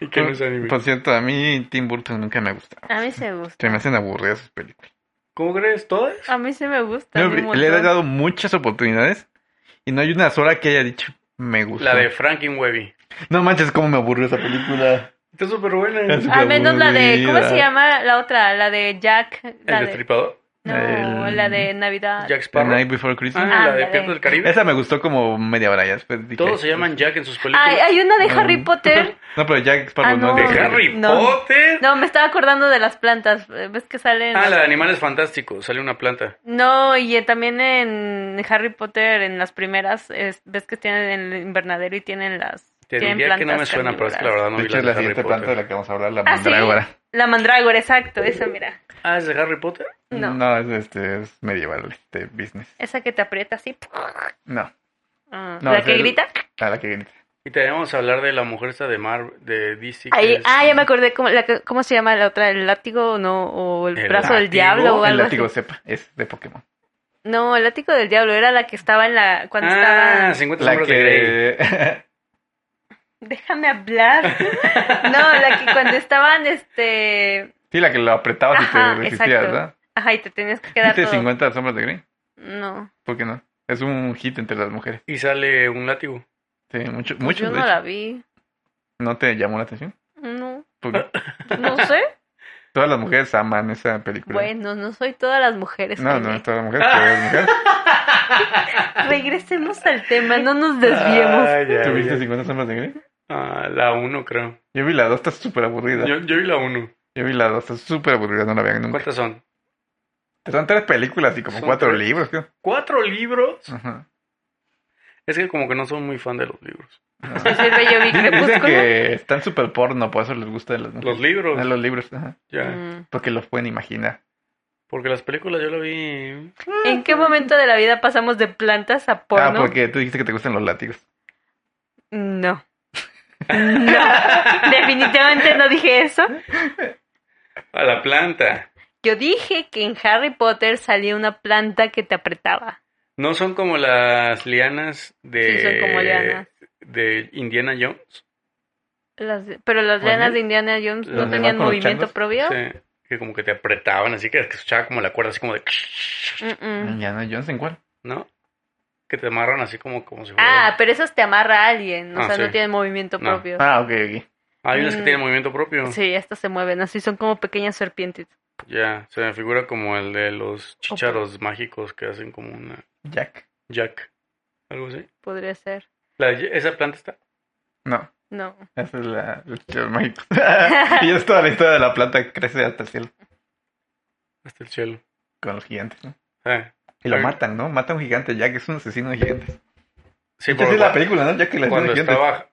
S3: Y que no es anime.
S1: Por cierto, a mí Tim Burton nunca me ha gustado.
S2: A mí se gusta.
S1: Se me hacen aburridas sus películas.
S3: ¿Cómo crees? ¿Todas?
S2: A mí se me gusta.
S1: No,
S2: un
S1: le he
S2: montón.
S1: dado muchas oportunidades y no hay una sola que haya dicho me gusta.
S3: La de Franklin Webby.
S1: No manches, cómo me aburrió esa película.
S3: Está súper buena.
S1: Es-
S3: ¿El
S2: Al menos la de, ¿cómo
S1: aburrida.
S2: se llama la otra? La de Jack. La de,
S3: destripador?
S2: no,
S1: El-
S2: la de Navidad.
S3: Jack
S1: The
S3: Sparrow.
S1: Night Before
S3: Ah,
S1: Christmas.
S2: Ah,
S3: la de
S2: la de-
S3: Piratas del Caribe.
S1: Esa me gustó como media hora ya después dije-
S3: Todos se llaman Jack en sus películas.
S2: Ay, hay una de
S1: No.
S2: Harry
S1: <laughs>
S2: Potter.
S1: No, pero Jack Sparrow
S2: Ah,
S1: no.
S2: no.
S3: ¿De Harry
S2: No.
S3: Potter?
S2: No, me estaba acordando de las plantas. ¿Ves que salen?
S3: Ah, la de Animales Fantásticos. Sale una planta.
S2: No, y eh, también en Harry Potter, en las primeras, es- ves que tienen el invernadero y tienen las.
S3: Te
S2: tienen
S3: diría que no me suena, pero es que la verdad no
S1: De
S3: vi
S1: hecho,
S3: la
S1: es la
S3: de Harry
S1: siguiente planta de
S3: Potter.
S1: la que vamos a hablar, la
S2: Ah, ¿sí?
S1: mandrágora.
S2: La mandrágora, exacto, esa, mira.
S3: Ah, ¿es de Harry Potter?
S2: No.
S1: No, es, este, es medieval, este, business.
S2: Esa que te aprieta así.
S1: No,
S2: Ah,
S1: No,
S2: la
S1: es
S2: que
S1: el-
S2: grita.
S1: a la que grita.
S3: Y te vamos a hablar de la mujer esta de Mar, de DC. que
S2: Ahí-
S3: es-
S2: ah, ya me acordé. ¿cómo, la que- cómo se llama la otra? ¿El látigo o no? ¿O el,
S3: El
S2: brazo del
S3: látigo,
S2: diablo o
S1: El
S2: algo
S1: látigo
S2: así?
S1: sepa, es de Pokémon.
S2: No, el látigo del diablo. Era la que estaba en la... Cuando
S3: Ah,
S2: estaba...
S3: 50
S1: La
S3: sombras de Grey.
S1: que...
S2: Déjame hablar.
S3: <laughs>
S2: no, la que cuando estaban, este...
S1: <laughs> sí, la que lo apretabas y te
S2: Ajá,
S1: resistías,
S2: exacto.
S1: ¿verdad?
S2: Ajá, y te tenías que quedar
S3: Este
S1: ¿Viste
S2: todo.
S1: 50 sombras de Grey?
S2: No,
S1: ¿Por qué no? Es un hit entre las mujeres.
S3: Y sale un látigo.
S1: Sí, mucho,
S2: pues
S1: mucho.
S2: yo
S1: de
S2: no
S1: hecho.
S2: la vi.
S1: ¿No te llamó la atención?
S2: No,
S1: Porque
S2: no
S1: <laughs>
S2: sé.
S1: todas las mujeres aman esa película.
S2: bueno, no soy todas las mujeres.
S1: no,
S2: Jaime.
S1: no, todas las mujeres, todas las
S3: <laughs>
S1: mujeres.
S2: Regresemos al tema, no nos desviemos.
S3: Ah, ya,
S1: ¿Tuviste
S3: ya.
S1: 50 sombras de Grey?
S3: Ah, la 1, creo.
S1: Yo vi la 2, está súper aburrida. Yo...
S3: Yo, yo vi la 1.
S1: vi la 2, está súper aburrida, no la vean nunca.
S3: ¿Cuántas son?
S1: Son tres películas y como
S3: Son
S1: cuatro
S3: tres.
S1: libros, creo.
S3: ¿Cuatro libros?
S2: <laughs>
S1: Ajá.
S3: Es que como que no soy muy fan de los libros.
S2: Me sirve, Pues yo
S1: Dicen,
S2: vi
S1: dicen
S2: Crepúsculo.
S1: que están súper porno, por eso les gusta a las mujeres.
S3: Los libros.
S1: A los libros, ajá.
S3: Ya.
S2: Mm.
S1: Porque los pueden imaginar.
S3: Porque las películas yo la vi...
S2: ¿En qué momento de la vida pasamos de plantas a
S1: Ah,
S2: porno?
S1: porque tú dijiste que te gustan los látigos.
S2: No.
S1: <laughs>
S2: No, definitivamente no dije eso.
S3: A la planta.
S2: Yo dije que en Harry Potter salía una planta que te apretaba.
S3: No son como las lianas de...
S2: Sí, son
S1: Eh.
S2: como lianas.
S3: De Indiana Jones.
S2: Las- pero las
S1: Bueno,
S2: lianas de Indiana Jones no
S1: las demás
S2: tenían
S1: con los
S2: movimiento
S1: changos,
S2: propio.
S3: Sí, que como que te apretaban, así que, que escuchaba como la cuerda, así como de...
S2: Mm-mm.
S1: Ah, Ya no, Johnson, ¿cuál?
S3: ¿No? Que te amarran así como, como si fuera...
S2: Ah, pero esas te amarra a alguien, o
S3: Ah,
S2: sea, no
S3: sí.
S2: tienen movimiento
S3: No.
S2: propio.
S1: Ah, ok, ok.
S3: Hay unas que
S2: Mm.
S3: tienen movimiento propio.
S2: Sí, estas se mueven, así son como pequeñas serpientes.
S3: Ya, se me figura como el de los chícharos mágicos que hacen como una
S1: Jack.
S3: jack. Algo así.
S2: Podría ser.
S3: La- esa planta está.
S1: No.
S2: No.
S1: Esa es la, los chiles
S2: <laughs>
S1: mágicos. <laughs> y es toda la historia de la planta que crece hasta el cielo
S3: Hasta el cielo.
S1: con los gigantes, ¿no?
S3: Ah,
S1: Y lo
S3: Oye.
S1: matan, ¿no? Mata a un gigante, Jack es un asesino de gigantes.
S3: Sí,
S1: Esa
S3: por
S1: sí es la película, ¿no? Jack el asesino de
S3: cuando
S1: gigantes.
S3: estaba...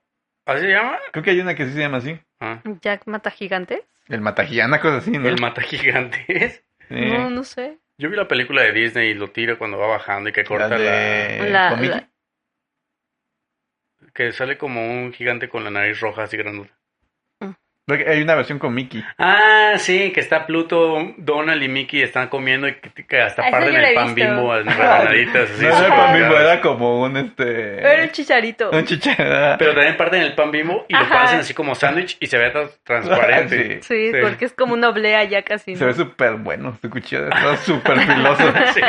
S3: ¿Así se llama?
S1: Creo que hay una que sí se llama así.
S3: Ah,
S2: ¿Jack mata gigantes?
S1: El Matagigana, cosas así, ¿no?
S3: el mata gigantes.
S1: Sí.
S2: No, no sé.
S3: <laughs> Yo vi la película de Disney y lo tira cuando va bajando y que corta
S1: La
S3: la...
S1: de- Eh,
S2: La-
S1: ¿con Mickey?
S2: la-
S3: Que sale como un gigante con la nariz roja así grandota.
S1: Creo que Hay una versión con Mickey.
S3: Ah, sí, que está Pluto, Donald y Mickey están comiendo y que, que hasta
S2: Ah, esa
S3: parten
S2: yo la
S3: el
S2: he
S3: pan
S2: visto.
S3: bimbo <laughs> a rebanaditas. así,
S1: no era
S3: súper
S1: con Bimbo,
S3: raras.
S1: era como un este.
S2: Era un chicharito.
S1: Un chicharra.
S3: Pero también parten el pan bimbo y lo
S2: Ajá.
S3: pasan así como sándwich y se ve tra- transparente.
S1: Sí.
S2: Sí,
S3: Sí.
S2: porque es como una oblea ya casi.
S1: Se
S2: ¿no?
S1: ve súper bueno. Su cuchillo está súper
S2: <laughs>
S1: filoso.
S3: <laughs> Sí.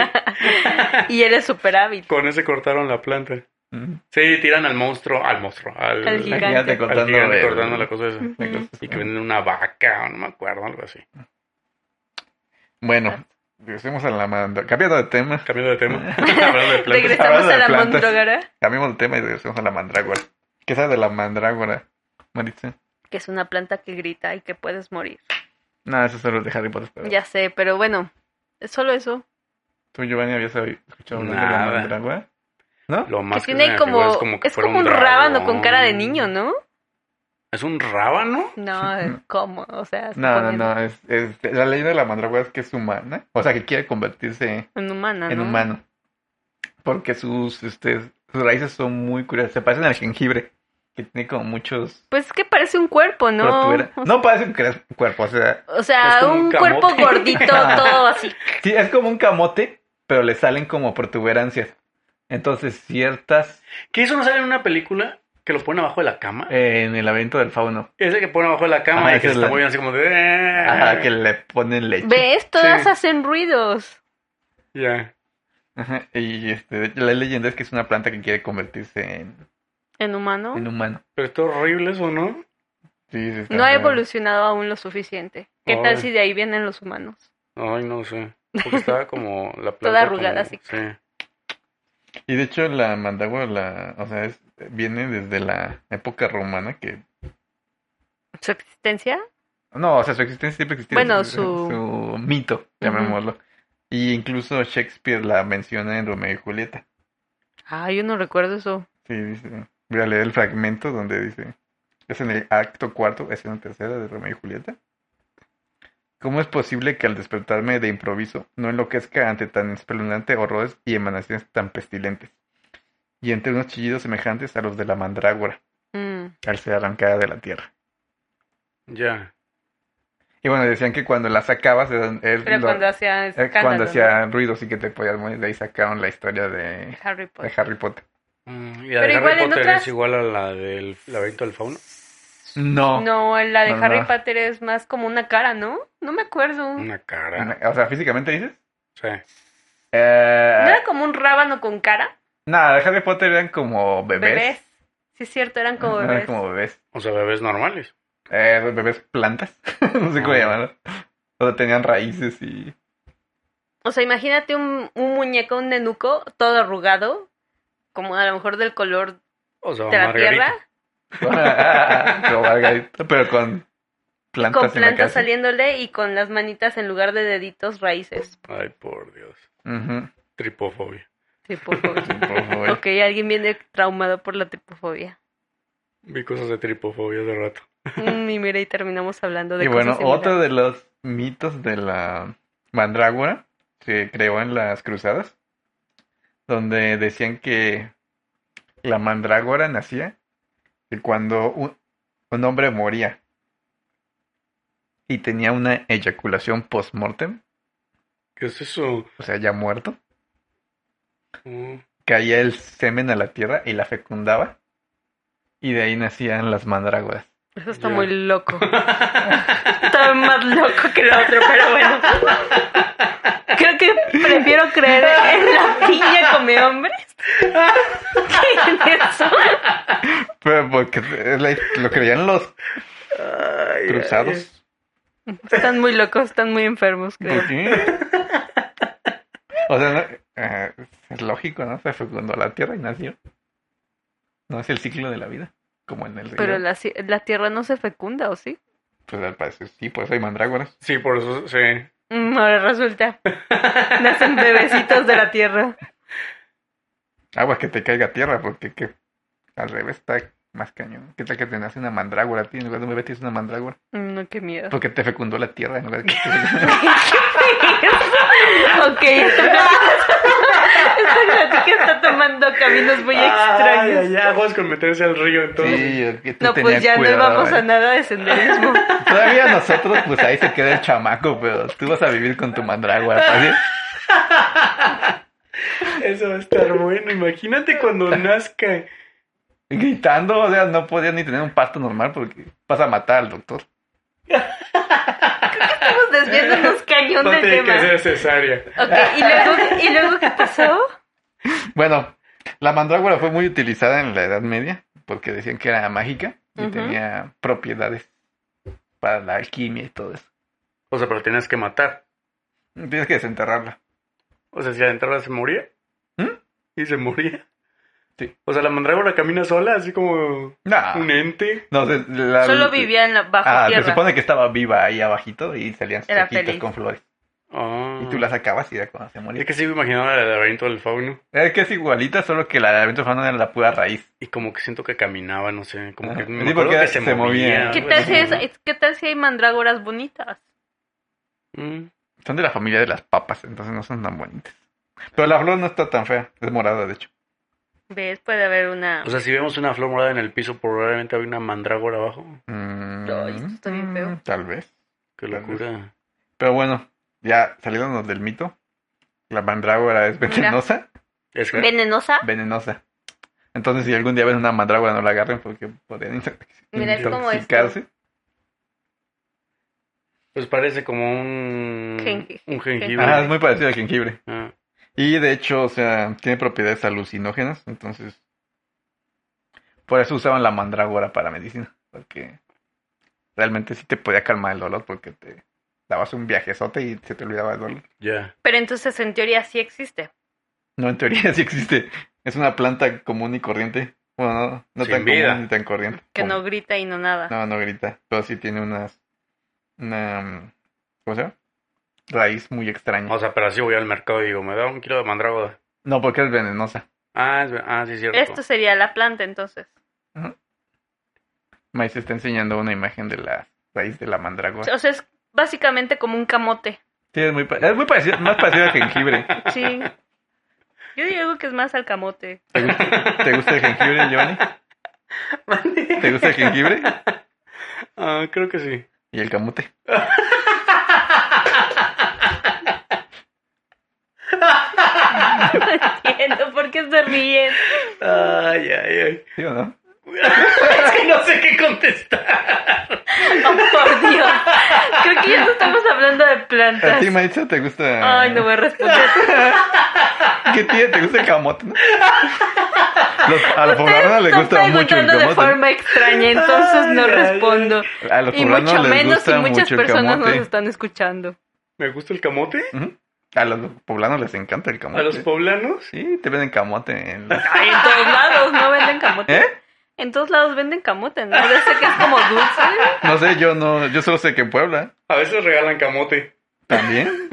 S2: Y él es súper hábil.
S3: Con ese cortaron la planta.
S1: Mm.
S3: Sí, tiran al monstruo, al monstruo, al,
S2: Al
S1: La
S2: gigante.
S1: gigante
S3: al
S1: cortando.
S3: gigante
S1: el-
S3: cortando la cosa esa.
S1: la cosa
S3: Y que venden una vaca, o no me acuerdo, algo así.
S1: Bueno, regresemos a la manda. Cambiando de tema.
S3: Cambiando
S1: <laughs>
S3: de tema. <laughs> Hablando de plantas.
S2: Regresamos
S1: hablando
S2: a
S1: de
S2: la
S1: plantas.
S2: Mondrogara,
S1: Cambiamos de tema y regresemos a la mandrágora. ¿Qué sabes de la mandrágora, Maritza?
S2: que es una planta que grita y que puedes morir.
S1: No, eso solo es de Harry Potter. pero
S2: Ya sé, pero bueno, es solo eso.
S1: ¿Tú, Giovanni, habías sabi- escuchado hablar de la
S3: Nada.
S1: mandrágora? ¿No?
S3: Lo más
S2: que
S3: se
S2: tiene
S3: me
S2: como,
S3: figura
S2: es como,
S3: que fuera
S2: un, rábano
S3: dragón.
S2: con cara de niño, ¿no?
S3: ¿Es un rábano?
S2: No, ¿cómo? O sea,
S1: No, no,
S2: suponiendo,
S1: no. Es, es- la leyenda de la mandrágora es que es humana. O sea, que quiere convertirse
S2: En humana,
S1: en
S2: Ah, ¿no?
S1: humano. Porque sus, este, sus raíces son muy curiosas. Se parecen al jengibre. Que tiene como muchos...
S2: Pues es que parece un cuerpo, ¿no?
S1: roturas. No parece un cre- cuerpo. O sea,
S2: O sea,
S3: Es como un
S2: un, cuerpo
S3: camote.
S1: <laughs>
S2: gordito, todo así.
S1: sí, es como un camote, pero le salen como protuberancias. Entonces, ciertas...
S3: ¿Que eso no sale en una película que lo ponen abajo de la cama?
S1: eh, en el evento del fauno.
S3: Ese que ponen abajo de la cama
S1: Ajá,
S3: y
S1: esa
S3: que se
S1: es
S3: está
S1: la-
S3: moviendo así como de... "Eh".
S1: Ajá, que le ponen leche.
S2: ¿Ves? Todas
S3: Sí.
S2: hacen ruidos.
S3: Ya.
S1: Ajá, y este, de hecho, la leyenda es que es una planta que quiere convertirse en,
S2: En humano.
S1: en humano.
S3: Pero está horrible eso, ¿no?
S1: Sí, sí, está
S2: No ha
S1: raro.
S2: evolucionado aún lo suficiente. ¿Qué
S3: Ay.
S2: tal si de ahí vienen los humanos?
S3: Ay, no <laughs> sé. Porque estaba como la planta.
S2: Toda arrugada,
S3: como-
S2: así.
S3: Sí.
S1: Y de hecho la mandagua, la, o sea, es- viene desde la época romana que...
S2: ¿Su existencia?
S1: No, o sea, su existencia siempre existió.
S2: Bueno,
S1: <laughs> su mito, llamémoslo. Y incluso Shakespeare la menciona en Romeo y Julieta.
S2: Ah, yo no recuerdo eso.
S1: Sí, dice. Voy a leer el fragmento donde dice. Es en el acto cuarto, escena tercera de Romeo y Julieta. ¿Cómo es posible que al despertarme de improviso no enloquezca ante tan espeluznante horrores y emanaciones tan pestilentes? Y entre unos chillidos semejantes a los de la mandrágora,
S2: Mm.
S1: al ser arrancada de la tierra.
S3: Ya.
S1: Y bueno, decían que cuando la sacabas era- es
S2: Pero
S1: lo-
S2: cuando hacía
S1: eh, cuando
S2: escándalo,
S1: hacía ruido, sí que te podías morir. De ahí sacaron la historia
S2: ¿no?
S1: de,
S2: Harry
S1: de
S2: Potter.
S1: Harry Potter.
S3: Mm, Y la
S2: Pero
S3: de
S2: igual
S3: Harry
S2: en
S3: Potter
S2: otras-
S3: es igual a la del laberinto del fauno.
S1: No.
S2: No, la de
S1: No, no,
S2: Harry
S1: no.
S2: Potter es más como una cara, ¿no? No me acuerdo. ¿No
S3: Una cara.
S1: O sea, físicamente dices.
S3: Sí.
S1: Eh,
S2: era como un rábano con cara?
S1: Nada, de Harry Potter eran como bebés.
S2: Bebés. Sí, es cierto, eran como
S1: Eran
S2: bebés.
S1: como bebés.
S3: O sea, bebés normales.
S1: Eh, bebés plantas. <laughs> no sé cómo
S3: Ah.
S1: llamarlo. O sea, tenían raíces
S2: <laughs>
S1: y. <laughs>
S2: O sea, imagínate un, un muñeco, un nenuco, todo arrugado, como a lo mejor del color
S3: O sea,
S2: de la
S3: Margarita.
S2: tierra,
S1: Como Margarita, pero con plantas
S2: con
S1: en la
S2: plantas
S1: casa.
S2: saliéndole y con las manitas en lugar de deditos raíces.
S3: Ay, por Dios.
S1: Ujú.
S3: Tripofobia.
S1: <laughs>
S2: Tripofobia.
S1: Por favor.
S2: ok, alguien viene traumado por la tripofobia.
S3: Vi cosas de tripofobia hace rato.
S2: Mm, y mira, y terminamos hablando de
S1: Y bueno,
S2: cosas similares.
S1: otro de los mitos de la mandrágora se creó en las cruzadas, donde decían que la mandrágora nacía y cuando un, un hombre moría y tenía una eyaculación post-mortem,
S3: ¿Qué es eso?
S1: o sea, ya muerto,
S3: Mm,
S1: caía el semen a la tierra y la fecundaba y de ahí nacían las mandrágoras.
S2: Eso está
S3: Ya.
S2: muy loco. <laughs> está más loco que lo otro, pero bueno. Creo que prefiero creer en la piña come hombres que en eso.
S1: Pero porque es la- lo creían los
S3: Ay,
S1: cruzados.
S2: Están muy locos, están muy enfermos, creo.
S1: ¿Por qué? Pues O sea, no- eh, es lógico, ¿no? Se fecundó la tierra y nació. No es el ciclo de la vida. como en el río.
S2: Pero la, ci- la tierra no se fecunda, ¿o sí?
S1: Pues al parecer sí, pues hay mandrágoras.
S3: Sí, por eso, sí.
S2: Mm, ahora resulta. Nacen bebecitos de la tierra.
S1: Agua que te caiga a tierra, porque que al revés está más cañón. ¿Qué tal que te nace una mandrágora a ti? En lugar de un bebé tienes una mandrágora.
S2: Mm, No, qué miedo.
S1: Porque te fecundó la tierra en lugar de que te-
S2: ok, esta plática- esta plática está tomando caminos muy extraños.
S3: Ay, ay, aguas con meterse al río entonces.
S1: Sí, es que tú
S2: No,
S1: tenías
S2: pues ya no
S1: cuidado,
S2: vamos a
S1: ¿eh?
S2: nada de senderismo.
S1: Todavía nosotros, pues ahí se queda el chamaco, pero tú vas a vivir con tu mandrágora. ¿sí?
S3: Eso va a estar bueno. Imagínate
S2: <laughs>
S3: cuando nazca.
S1: <laughs> Gritando, o sea, no podías ni tener un parto normal porque vas a matar al doctor.
S2: Estamos desviándonos cañón
S3: No
S2: del
S3: tiene
S2: tema.
S3: que ser cesárea.
S2: Ok, ¿y luego, ¿y luego qué pasó?
S1: Bueno, la mandrágora fue muy utilizada en la Edad Media porque decían que era mágica y
S2: Ujú.
S1: tenía propiedades para la alquimia y todo eso.
S3: O sea, pero tenías que matar.
S1: Tienes que desenterrarla.
S3: O sea, si la entrada se moría.
S1: ¿Mm?
S3: Y se moría.
S1: Sí. Ah.
S3: O sea, la mandrágora camina sola, así como
S1: No,
S3: un ente.
S1: no se- la-
S2: Solo vivía en la, bajo
S1: Ah, se
S2: tierra.
S1: supone que estaba viva ahí abajito y salían sus
S2: Era
S1: hojitas
S2: feliz. Mm.
S1: con flores.
S3: Ah.
S1: Y tú la sacabas y era cuando se moría.
S3: Es que sigo imaginando el laberinto del fauno.
S1: Es que es igualita, solo que la de Avento Fernando era la pura raíz.
S3: Y como que siento que caminaba, no sé. Como que
S1: Ajá.
S3: me
S1: Sí,
S3: acuerdo
S1: porque
S3: que se,
S1: se
S3: movía.
S1: movía.
S2: ¿Qué tal, si es- ¿Qué tal si hay mandrágoras bonitas?
S3: Mm.
S1: Son de la familia de las papas, entonces no son tan bonitas. Pero la flor no está tan fea, es morada de hecho.
S2: ¿Ves? Puede haber una...
S3: O sea, si vemos una flor morada en el piso, probablemente hay una mandrágora abajo.
S1: Mm,
S2: Ay, esto está bien feo.
S1: mm, Tal vez.
S3: Qué
S1: Tal vez.
S3: locura.
S1: Pero bueno, ya saliéndonos del mito, la mandrágora es venenosa,
S3: Es que-
S2: ¿Venenosa?
S1: venenosa. Entonces si algún día ven una mandrágora no la agarren porque podrían <laughs> intox-
S2: Mira, es como
S1: intoxicarse.
S3: Pues parece como un
S2: Jengi-
S3: un
S1: Ajá, Ah, es
S3: jengibre.
S1: muy parecido al jengibre.
S3: Ah,
S1: Y de hecho, o sea, tiene propiedades alucinógenas, entonces por eso usaban la mandrágora para medicina, porque realmente sí te podía calmar el dolor porque te dabas un viajezote y se te olvidaba el dolor.
S3: ya.
S2: Pero entonces en teoría sí existe.
S1: No, en teoría <laughs> sí existe. Es una planta común y corriente. Bueno, no, no
S3: Sin
S1: tan
S3: vida.
S1: común ni tan corriente.
S2: Que no
S1: Común.
S2: grita y no nada.
S1: No, no grita, pero sí tiene unas una mm, ¿cómo se llama? Raíz muy extraña.
S3: O sea, pero así voy al mercado y digo, me da un kilo de mandrágora.
S1: No, porque es venenosa.
S3: Ah, es ver- ah, sí, es cierto.
S2: Esto sería la planta entonces.
S1: Maíz está enseñando una imagen de la raíz de la mandrágora.
S2: O sea, es básicamente como un camote.
S1: Sí, es muy, pa- es muy parecido, más parecido al jengibre. <laughs>
S2: Sí. Yo digo que es más al camote.
S1: ¿Te gusta, te gusta el jengibre, Giovanni? ¿Te gusta el jengibre?
S3: Ah, creo que sí.
S1: Y el camote.
S2: No entiendo por qué se ríen.
S3: Ay, ay, <laughs> ay.
S1: ¿Sí o no?
S3: es que no sé qué contestar.
S2: Oh, por Dios. Creo que ya no estamos hablando de
S1: ¿A
S2: plantas.
S1: ti, Maíz, te gusta?
S2: Ay, no voy a responder.
S1: ¿Qué tiene? ¿Te gusta el camote? no? Los- a
S2: <laughs>
S1: los poblanos les
S2: Están
S1: gusta mucho el
S2: preguntando de
S1: camote.
S2: forma extraña, entonces no
S3: Ay, ay, ay.
S2: respondo.
S1: A los
S2: Y mucho
S1: poblanos les
S2: menos si
S1: gusta
S2: muchas
S1: mucho el
S2: personas nos
S1: camote.
S2: están escuchando.
S3: ¿Me gusta el camote?
S1: Ujú. A los poblanos les encanta el camote.
S3: ¿A los poblanos?
S1: Sí, te venden camote en los-
S2: Ay, en todos lados no venden camote.
S1: ¿Eh?
S2: En todos lados venden camote, ¿no? Yo sé que es como dulce.
S1: No sé, yo no, yo solo sé que en Puebla
S3: A veces regalan camote.
S1: también.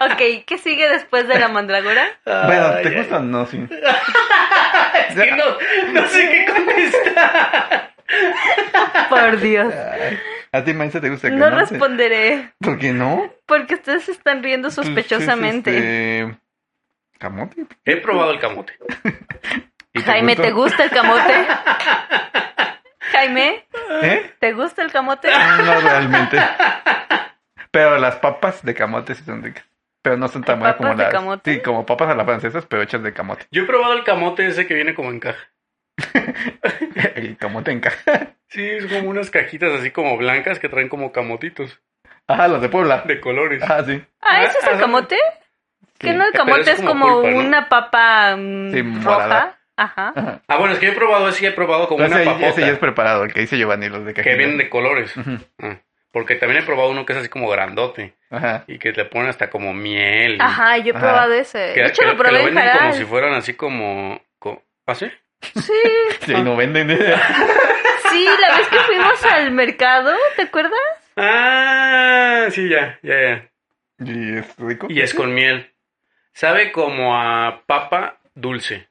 S2: Ok, ¿qué sigue después de la mandragora?
S1: Bueno,
S3: Ay,
S1: ¿te
S3: ay.
S1: gusta o no? Sí.
S3: <laughs> Es que no, no sé qué contestar.
S2: Por Dios.
S1: Ay, ¿A ti, Maíz, te gusta el
S2: No
S1: camote?
S2: responderé,
S1: ¿Por qué no?
S2: porque ustedes se están riendo
S1: Pues, es,
S2: sospechosamente.
S1: este, ¿Camote?
S3: He probado el camote.
S1: ¿Y
S2: Jaime, ¿te gusta el camote? Jaime,
S1: ¿Eh?
S2: ¿te gusta el camote?
S1: No realmente. Pero las papas de camote sí son ricas. Pero no son tan buenas
S2: ¿Papas
S1: como
S2: de
S1: las...
S2: camote?
S1: Sí, como papas a las francesas, pero hechas de camote. <laughs>
S3: Yo he probado el camote ese que viene como en caja.
S1: El camote en caja.
S3: Sí, es como unas cajitas así como blancas que traen como camotitos
S1: Ajá, Ah, los de Puebla.
S3: de colores.
S1: Ah, sí.
S2: Ah, ¿eso es el camote? ¿Que
S1: Sí.
S2: no el
S3: Pero
S2: camote
S3: es
S2: es
S3: como
S2: como
S3: pulpa, ¿no?
S2: una papa mm,
S1: Sí,
S2: roja?
S1: morada.
S2: Ajá.
S1: Ajá.
S3: Ah, bueno, es que yo he probado ese, he probado como
S1: Pero
S3: una
S1: ese,
S3: papota
S1: ese ya es preparado, el que dice Giovanni, los de
S3: que
S1: cajita.
S3: vienen de colores.
S1: Ujú.
S3: Ah, porque también he probado uno que es así como grandote
S1: Ajá.
S3: y que le ponen hasta como miel. y-
S2: Ajá, yo he
S1: Ajá.
S2: probado ese.
S3: Que,
S2: De hecho,
S3: que-
S2: lo
S3: que
S2: probé en
S3: venden como
S2: Jaral.
S3: si fueran así como... co- ¿Ah, sí?
S2: Sí,
S1: Si ahí no venden. <laughs>
S2: sí, la vez que fuimos al mercado, ¿te acuerdas?
S3: Ah, sí, ya, ya, ya.
S1: y es rico.
S3: Y es con miel. Sabe como a papa dulce.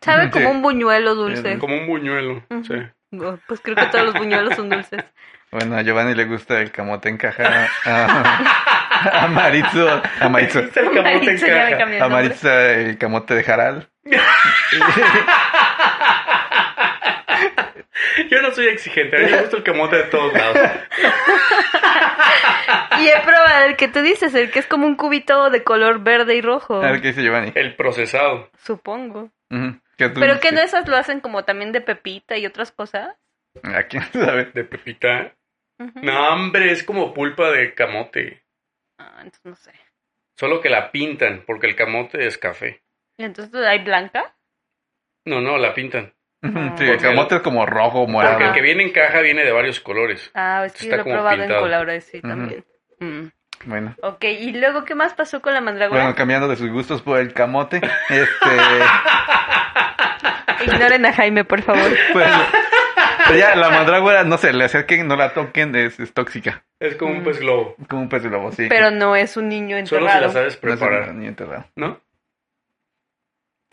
S2: Sabe
S1: Sí.
S2: como un buñuelo dulce.
S1: Ujú.
S3: Como un buñuelo.
S2: Ujú.
S3: <laughs> sí.
S2: Oh, Pues creo que todos los buñuelos son dulces.
S1: Bueno, a Giovanni le gusta el camote en caja. A, <laughs> a Maritza. A Maritza.
S3: Está el camote en
S2: Maritza, ya me
S3: caja.
S2: cambié el
S1: A
S2: nombre.
S1: Maritza el camote de Jaral.
S3: Yo no soy exigente, a mí me gusta el camote de todos lados.
S2: Y he probado el que tú dices, el que es como un cubito de color verde y rojo.
S1: A ver qué dice Giovanni.
S3: <laughs> El procesado.
S2: Supongo.
S1: Ujú. ¿Qué tú
S2: Pero que no
S1: dices?
S2: esas lo hacen como también de pepita y otras cosas.
S1: ¿A quién sabe?
S3: De pepita.
S2: Ujú.
S3: No, hombre, es como pulpa de camote.
S2: Ah, entonces no sé.
S3: Solo que la pintan, porque el camote es café.
S2: ¿Y entonces hay blanca?
S3: No, no, la pintan.
S1: Ujú, Sí,
S2: Porque
S1: el camote es como rojo, morado.
S3: Porque el que viene en caja viene de varios colores.
S2: Ah, es que yo lo
S3: Está
S2: he
S3: como
S2: probado
S3: pintado.
S2: en colores, sí,
S1: Ujú.
S2: también. Mm.
S1: Bueno.
S2: Ok, ¿y luego qué más pasó con la mandragora?
S1: Bueno, cambiando de sus gustos por el camote, este,
S2: <laughs> Ignoren a Jaime, por favor.
S1: pues, ya la mandrágora, no se le acerquen, no la toquen, es, es tóxica,
S3: Es como un
S2: Mm.
S3: pez globo.
S1: como un pez de lobo, sí.
S2: Pero no es un niño
S3: Solo si la
S2: enterrado.
S3: sabes
S1: No se le
S3: preparar,
S1: ni enterrado.
S3: ¿no?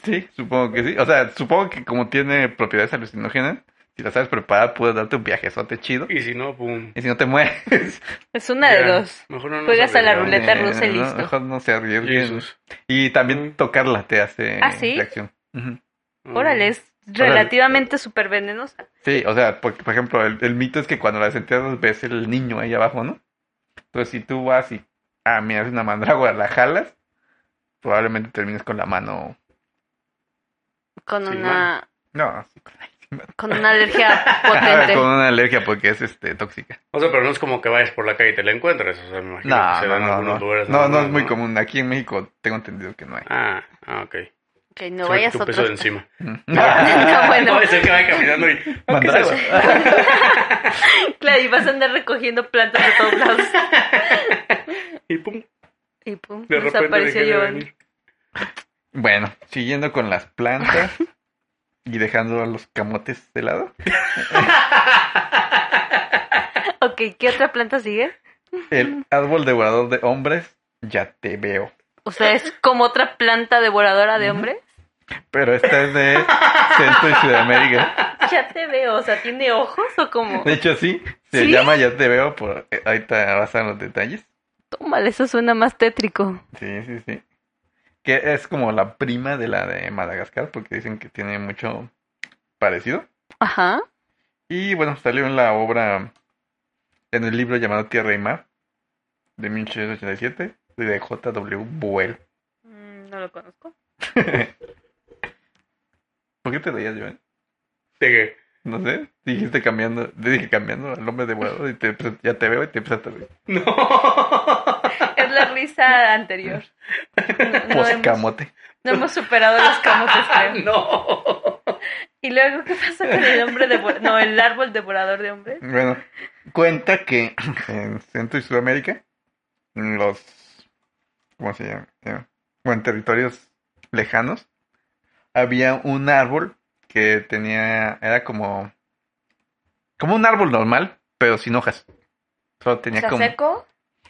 S1: Sí, supongo que sí. O sea, supongo que como tiene propiedades alucinógenas, si la sabes preparar, puedes darte un viajezote chido.
S3: Y si no, pum.
S1: Y si no te mueres,
S2: Es una de
S3: Ya,
S2: dos.
S3: Mejor no nos
S2: Juegas a la
S3: arriesgamos.
S1: <laughs>
S2: Ruleta rusa y
S1: eh, no,
S2: listo. Mm.
S1: mejor no se arriesguen.
S3: Jesús.
S1: Y también tocarla te hace
S2: ¿Ah, sí?
S1: reacción. Ujú.
S3: Mm.
S2: Órale, es relativamente súper venenosa.
S1: Sí, o sea, por, por ejemplo, el, el mito es que cuando las entierras ves el niño ahí abajo, ¿no? Entonces, si tú vas y, ah, mira, es una mandrágora, <laughs> la jalas, probablemente termines con la mano,
S2: Con
S3: Sí,
S2: una
S1: no, así,
S2: con una
S3: <laughs>
S2: alergia
S1: <laughs> con
S2: potente.
S1: una alergia porque es este tóxica.
S3: O sea, pero no es como que vayas por la calle y te la encuentres. O sea, me imagino que
S1: No,
S3: se
S1: no,
S3: dan en
S1: no,
S3: algunos
S1: no,
S3: lugares.
S1: no,
S3: nada
S1: no
S3: más,
S1: es muy común. Aquí en México tengo entendido que no
S3: <laughs>
S1: hay.
S3: Ah, ah, ok.
S2: Ok, no
S3: Se
S2: vayas
S3: tu
S2: a
S3: peso
S2: otro.
S3: de encima.
S2: No, bueno,
S3: Puede ser que vaya caminando
S1: <laughs>
S3: y... ¿Qué es eso?
S1: Mandrágora.
S2: <laughs> claro, y vas a andar recogiendo plantas de todos lados.
S3: <laughs> Y pum,
S2: Y pum,
S3: de repente
S2: desapareció
S3: dejé de
S2: Giovanni.
S3: venir.
S1: <laughs> Bueno, siguiendo con las plantas y dejando a los camotes de lado.
S2: <laughs> Ok, ¿qué otra planta sigue?
S1: El árbol devorador de hombres, ya te veo.
S2: O sea, es como otra planta devoradora de hombres.
S1: Pero esta es de Centro y Sudamérica.
S2: Ya te veo, o sea, ¿tiene ojos o cómo?
S1: De hecho, sí. Se
S2: ¿Sí?
S1: llama Ya te veo. Por... eh, Ahorita vas a los detalles.
S2: Tómale, eso suena más tétrico.
S1: Sí, sí, sí. Que es como la prima de la de Madagascar porque dicen que tiene mucho parecido.
S2: Ajá.
S1: Y bueno, salió en la obra, en el libro llamado Tierra y Mar, de 1887, de J.W. Buell. <laughs>
S2: Mm, No lo conozco.
S1: ¿Por qué te reías, Joan?
S3: De que,
S1: No sé, dijiste cambiando, te dije cambiando al hombre devorador y te, ya te veo y te empezaste a reír.
S3: No. <laughs>
S2: Es la risa anterior. No, no hemos,
S1: Poscamote.
S2: no hemos superado los camotes, creo.
S3: no.
S2: Y luego, ¿qué pasa con el hombre devor- No, el árbol devorador de hombres.
S1: Bueno, cuenta que <clears throat> en Centro y Sudamérica, en los, ¿cómo se llama? Eh, Bueno, en territorios lejanos, había un árbol que tenía, era como, como un árbol normal, pero sin hojas. Solo
S2: O
S1: tenía
S2: sea,
S1: como,
S2: seco.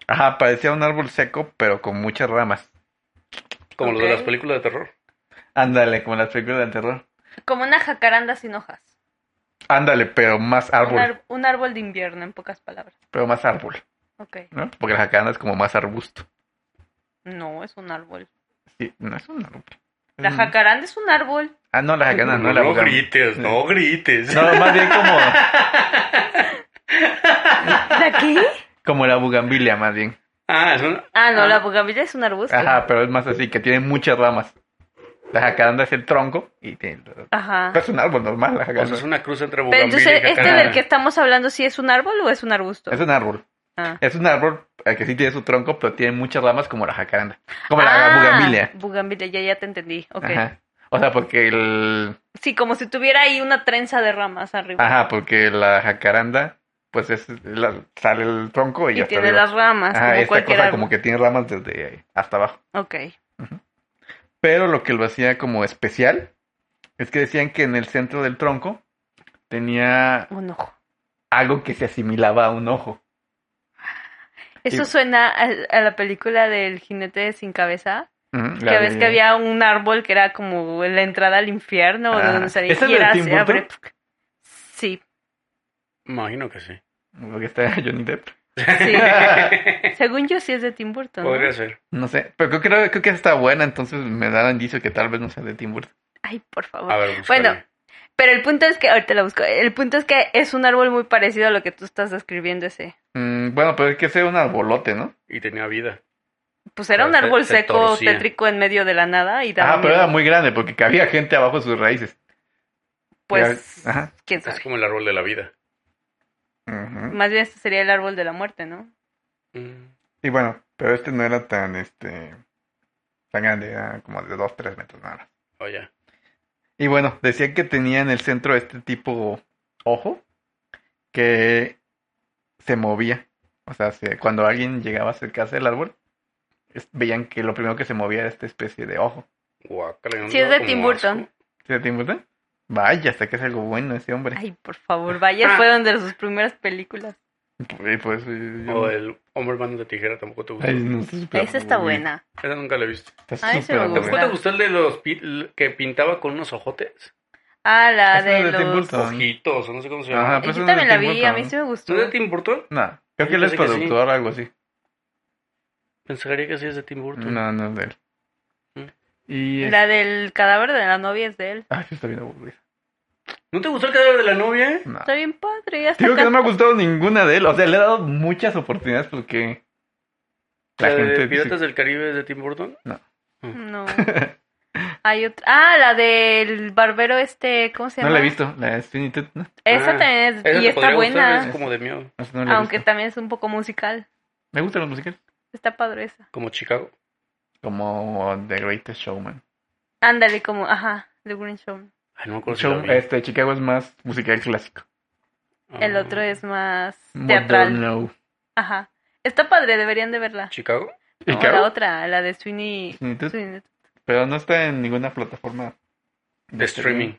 S1: ajá, parecía un árbol seco, pero con muchas ramas.
S3: Como los de
S2: Ok.
S3: las películas de terror.
S1: Ándale, como las películas del terror.
S2: Como una jacaranda sin hojas.
S1: Ándale, pero más
S2: Un,
S1: árbol,
S2: ar- un árbol de invierno, en pocas palabras.
S1: pero más árbol,
S2: Ok.
S1: ¿no? Porque la jacana es como más arbusto.
S2: No, es un árbol.
S1: Sí, no es un árbol. Mm.
S2: La
S1: Es un-
S2: jacaranda es un árbol.
S1: Ah, no, la jacana, no,
S3: no,
S1: la
S3: no
S1: abogada.
S3: grites, no grites.
S1: No, más bien como,
S2: ¿La qué?
S1: como la bugambilia, más bien.
S3: Ah, es un...
S2: Ah, no,
S3: Ah.
S2: la bugambilia es un arbusto.
S1: Ajá, pero es más así, que tiene muchas ramas. La jacaranda es el tronco y tiene...
S2: Ajá.
S1: Pero es un árbol normal, la
S3: o
S1: jacaranda.
S3: sea, pues es una cruz entre
S2: Pero
S3: bugambilia
S2: entonces,
S3: y
S2: ¿este
S3: jacaranda.
S2: del que estamos hablando sí es un árbol o es un arbusto?
S1: Es un árbol.
S2: Ah.
S1: Es un árbol eh, que sí tiene su tronco, pero tiene muchas ramas como la jacaranda. Como la
S2: Ah,
S1: bugambilia.
S2: Bugambilia, ya, ya te entendí. Ok.
S1: Ajá. O sea, porque el...
S2: Sí, como si tuviera ahí una trenza de ramas arriba.
S1: Ajá, porque la jacaranda, pues es la- sale el tronco y,
S2: y
S1: hasta
S2: tiene
S1: arriba.
S2: las ramas,
S1: Ajá,
S2: como
S1: esta
S2: cualquier
S1: cosa
S2: árbol.
S1: como que tiene ramas desde hasta abajo.
S2: Ok.
S1: Pero lo que lo hacía como especial Es que decían que en el centro del tronco tenía
S2: Un ojo.
S1: algo que se asimilaba a un ojo.
S2: Eso
S1: Y-
S2: suena a, a la película del jinete sin cabeza.
S1: Ujú,
S2: Que
S1: la
S2: ves
S1: de-
S2: que había un árbol que era como la entrada al infierno o
S1: Ah,
S2: donde salía
S1: ¿esa es
S2: y
S1: la de
S2: era-
S1: Tim
S2: se abre-
S1: Burton?
S2: Sí,
S3: Imagino que sí.
S1: Porque está <laughs> Johnny
S2: <laughs>
S1: Depp.
S3: <laughs>
S2: sí.
S1: <laughs>
S2: Según yo sí es de Tim Burton. ¿no?
S3: Podría ser.
S1: No sé, pero creo, que- creo que está buena, entonces me da el indicio que tal vez no sea de Tim Burton.
S2: Ay, por favor.
S3: A ver, búscale.
S2: Bueno. Pero el punto es que, ahorita la busco, el punto es que es un árbol muy parecido a lo que tú estás describiendo ese.
S1: Mm, bueno, pero es que sea un arbolote, ¿no?
S3: Y tenía vida.
S2: Pues era
S3: Pero
S2: un
S3: se-
S2: árbol
S3: se
S2: seco,
S3: torcía.
S2: tétrico en medio de la nada y daba
S1: Ah, pero
S2: miedo.
S1: era muy grande porque cabía gente abajo de sus raíces.
S2: Pues,
S1: Era- Ajá.
S2: quién
S3: Es
S2: sabe.
S3: como el árbol de la vida.
S1: Ujú.
S2: Más bien este sería el árbol de la muerte, ¿no?
S3: Mm.
S1: Y bueno, pero este no era tan, este, tan grande, era como de 2, 3 metros nada más.
S3: Oh, ya.
S1: Y bueno, decía que tenía en el centro este tipo ojo que se movía. O sea, se- cuando alguien llegaba a acercarse del árbol, es- veían que lo primero que se movía era esta especie de ojo.
S3: Guácala, ¿no
S2: Sí, es
S3: te da
S2: de
S3: como
S2: Tim Burton.
S3: asco?
S1: ¿Sí te importa? Vaya, hasta que es algo bueno ese hombre.
S2: Ay, por favor,
S3: Ah.
S2: vaya, fue donde de sus primeras películas.
S1: <laughs> Y por eso yo- yo-
S3: O el hombre mano de tijera tampoco te gustó.
S1: Ay, no, está súper
S2: Esa está
S1: aburrido.
S2: buena.
S3: Esa nunca la he visto.
S1: Está
S2: Ay, ese
S1: súper
S2: me
S1: aburrido.
S2: gusta.
S3: ¿Tampoco te gustó el de los pi- l- que pintaba con unos ojotes?
S2: Ah, la
S1: Esa no
S2: de
S1: es de Tim
S2: los...
S1: Burton. Ah.
S3: Ojitos, o no sé cómo se
S1: Ajá,
S3: llama.
S1: pero esa
S2: Yo
S1: no es de
S2: también la
S1: Tim
S2: vi,
S1: Burton,
S2: a mí sí me gustó.
S3: ¿No es de Tim Burton?
S1: No, creo que
S3: Yo
S1: él es
S3: pensé que sí.
S1: productor o algo así.
S3: Pensaría que sí es de Tim Burton.
S1: No, no es de él.
S3: Mm.
S1: Y es-
S2: La del cadáver de la novia es de él.
S1: Ay, está bien aburrido.
S3: ¿No te gustó el cadáver de la novia?
S1: No.
S2: Está bien padre. Hasta
S1: Digo que
S2: acá-
S1: no
S2: <laughs>
S1: me ha gustado ninguna de él. O sea, le he dado muchas oportunidades porque la
S3: La
S1: gente
S3: de
S1: dice-
S3: Piratas del Caribe es de Tim Burton.
S1: <laughs>
S2: No. Hay otra. Ah, la del barbero este, ¿cómo se
S1: no la
S2: llama?
S1: he visto. La de Sweeney Todd, no,
S2: Esa
S3: Ah,
S2: también
S3: Esa
S2: es... Y
S3: te
S2: está
S3: podría gustar,
S2: buena.
S3: Es como de miedo,
S1: no, no la he
S2: Aunque
S1: visto.
S2: también es un poco musical.
S1: Me gustan los musicales.
S2: Está padre esa.
S3: como Chicago.
S1: Como The Greatest Showman.
S2: Ándale, como, ajá, The Green Show.
S3: Ay, no me acuerdo si la
S1: Show-
S3: Pues vi.
S1: este, Chicago es más musical clásico.
S2: El
S3: Ah,
S2: otro es más teatral.
S1: Moderno.
S2: Ajá. Está padre, deberían de verla.
S3: ¿Chicago?
S1: ¿Y
S2: No,
S1: Cabo?
S2: la otra, la de Sweeney.
S1: Sweeney Todd.
S2: Sweeney-
S1: Pero no está en ninguna plataforma
S3: De streaming.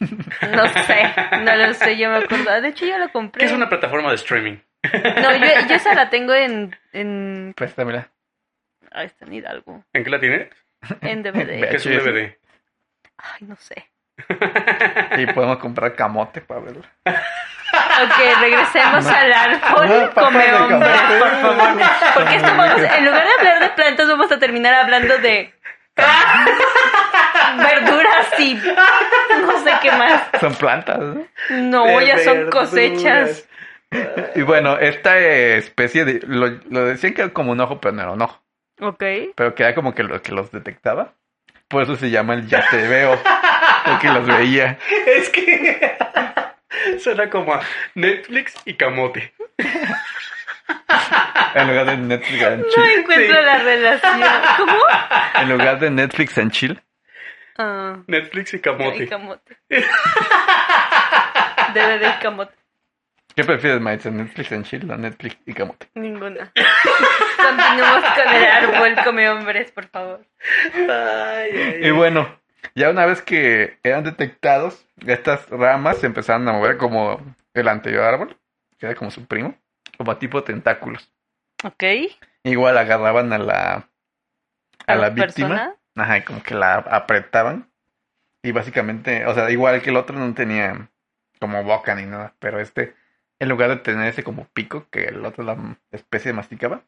S2: No sé, no lo sé, yo me acuerdo. De hecho, yo la compré.
S3: ¿Qué es una plataforma de streaming?
S2: No, yo, yo esa la tengo en. en...
S1: Préstamela.
S2: Ay, está en Hidalgo.
S3: ¿En qué la tiene?
S2: En DVD.
S3: ¿Qué es un
S1: VHS.
S3: DVD?
S2: Ay, no sé.
S3: <laughs>
S1: Y podemos comprar camote para verla.
S2: Ok, regresemos al árbol.
S1: No, papá,
S2: come
S1: de
S2: hombre,
S1: Ah, camote.
S2: por favor.
S1: <laughs>
S2: Porque esto vamos- en lugar de hablar de plantas, vamos a terminar hablando de. Verduras y. No sé qué más.
S1: Son plantas. ¿no?
S2: No,
S3: De
S2: ya son
S3: verduras.
S2: cosechas.
S1: Y bueno, esta eh, especie de. Lo, lo decían que era como un ojo, pero no era un ojo.
S2: Ok.
S1: pero que era como que, lo, que los detectaba. Por eso se llama el ya te veo, porque los veía.
S3: <laughs> Es que <laughs> suena como a Netflix y Camote.
S1: En lugar de Netflix and
S2: No
S1: chill.
S2: encuentro
S3: Sí.
S2: la relación. ¿Cómo?
S1: En lugar de Netflix and chill.
S2: Ah.
S3: Netflix y
S2: Y
S3: Camote.
S2: camote. Debe de camote.
S1: ¿Qué prefieres, Maitza? ¿Netflix and chill o Netflix y camote?
S2: Ninguna. Continuemos con el árbol come hombres, por favor.
S3: Ay, ay,
S1: Y bueno, ya una vez que eran detectados, estas ramas se empezaron a mover como el anterior árbol, que era como su primo, como tipo tentáculos.
S2: Ok.
S1: Igual agarraban a la, a la víctima.
S2: persona.
S1: Ajá, y como que la apretaban. Y básicamente, o sea, igual que el otro no tenía como boca ni nada, pero este, en lugar de tener ese como pico que el otro la especie masticaba,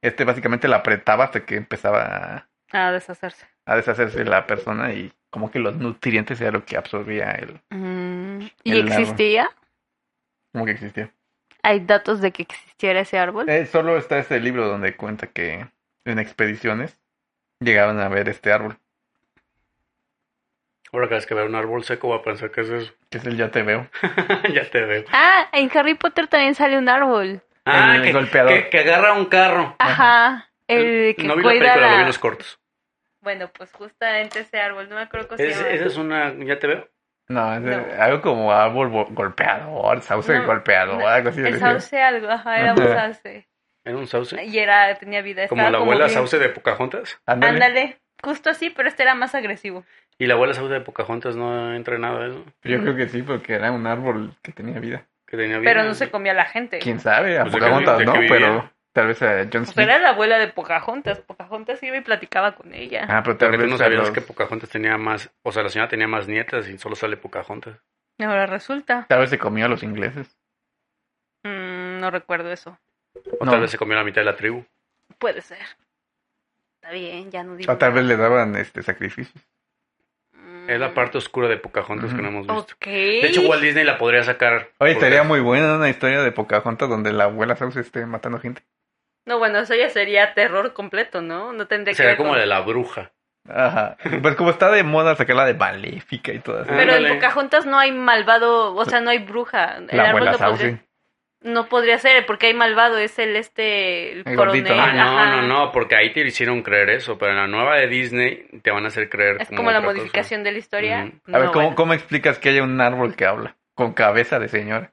S1: este básicamente la apretaba hasta que empezaba a-
S2: A deshacerse.
S1: a deshacerse la persona y como que los nutrientes era lo que absorbía el,
S2: Mm, ¿Y
S1: El árbol.
S2: existía?
S1: como que existía.
S2: ¿Hay datos de que existiera ese árbol?
S1: Eh, solo está este libro donde cuenta que en expediciones llegaban a ver este árbol,
S3: Ahora cada vez que veo un árbol seco voy a pensar que es eso. <laughs>
S1: que es el ya te veo.
S3: ya te veo.
S2: Ah, en Harry Potter también sale un árbol.
S3: Ah,
S1: El
S3: que,
S1: golpeador.
S3: que- que agarra un carro.
S2: Ajá. El que
S3: Eh, no vi la
S2: cuida
S3: película,
S2: la-
S3: lo vi en los cortos.
S2: Bueno, pues justamente ese árbol, no me acuerdo cómo se
S3: Es-
S2: llama.
S3: esa es una... ¿Ya te veo?
S1: No, es de-
S2: No.
S1: algo como árbol bo- golpeador, sauce
S2: No,
S1: golpeador,
S2: no,
S1: algo así. de
S2: El sauce algo, ajá, era un
S1: Ajá.
S2: sauce.
S3: ¿Era un sauce?
S2: Y era, tenía vida.
S3: Como
S2: estaba
S3: la abuela
S2: bien-
S3: sauce de Pocahontas.
S1: Ándale.
S2: Ándale, justo así, pero este era más agresivo.
S3: Y Y la abuela Sauda de Pocahontas no entra en nada de eso.
S1: Yo creo que sí, porque era un árbol que tenía vida.
S3: Que tenía vida.
S2: Pero no se comía a la gente.
S1: Quién sabe, a
S3: Pues de que-
S1: Pocahontas,
S3: de que
S1: ¿no?
S3: vivía.
S1: Pero tal vez a John
S2: Pues
S1: Smith.
S2: era la abuela de Pocahontas. Pocahontas iba y platicaba con ella.
S1: Ah, pero
S3: Porque
S1: tal
S3: tú
S1: vez
S3: no
S1: a
S3: sabías
S1: los-
S3: que Pocahontas tenía más, o sea, la señora tenía más nietas y solo sale Pocahontas.
S2: Ahora resulta.
S1: tal vez se comió a los ingleses.
S2: Mm, no recuerdo eso.
S3: O
S1: No.
S3: tal vez se comió la mitad de la tribu.
S2: Puede ser. Está bien, ya no digo.
S1: O tal
S2: nada.
S1: vez le daban este sacrificios.
S2: Mm.
S3: Es la parte oscura de Pocahontas
S1: Ujú.
S3: que no hemos visto.
S2: Ok.
S3: De hecho, Walt Disney la podría sacar.
S1: Oye,
S3: porque-
S1: estaría muy buena una historia de Pocahontas donde la abuela Sauce esté matando gente.
S2: No, bueno, eso ya sería terror completo, ¿no? No tendría que
S3: Sería
S2: ver
S3: como
S2: con-
S3: de la bruja.
S1: Ajá. <laughs> Pues como está de moda sacarla de maléfica y todas
S3: Ah,
S1: esas.
S2: Pero
S3: Ándale.
S2: en Pocahontas no hay malvado, o sea, no hay bruja. El
S1: La
S2: árbol
S1: abuela
S2: no
S1: Sauce.
S2: podría, no podría ser, porque hay malvado, es el este, el,
S1: El
S2: coronel.
S1: gordito, ¿no?
S3: Ah, no,
S2: ajá.
S3: no, no, porque ahí te hicieron creer eso, pero en la nueva de Disney te van a hacer creer.
S2: Es como la
S3: otra cosa.
S2: modificación de la historia.
S3: Ujú.
S1: A ver,
S2: No,
S1: ¿cómo,
S2: bueno.
S1: ¿cómo explicas que haya un árbol que habla? Con cabeza de señora.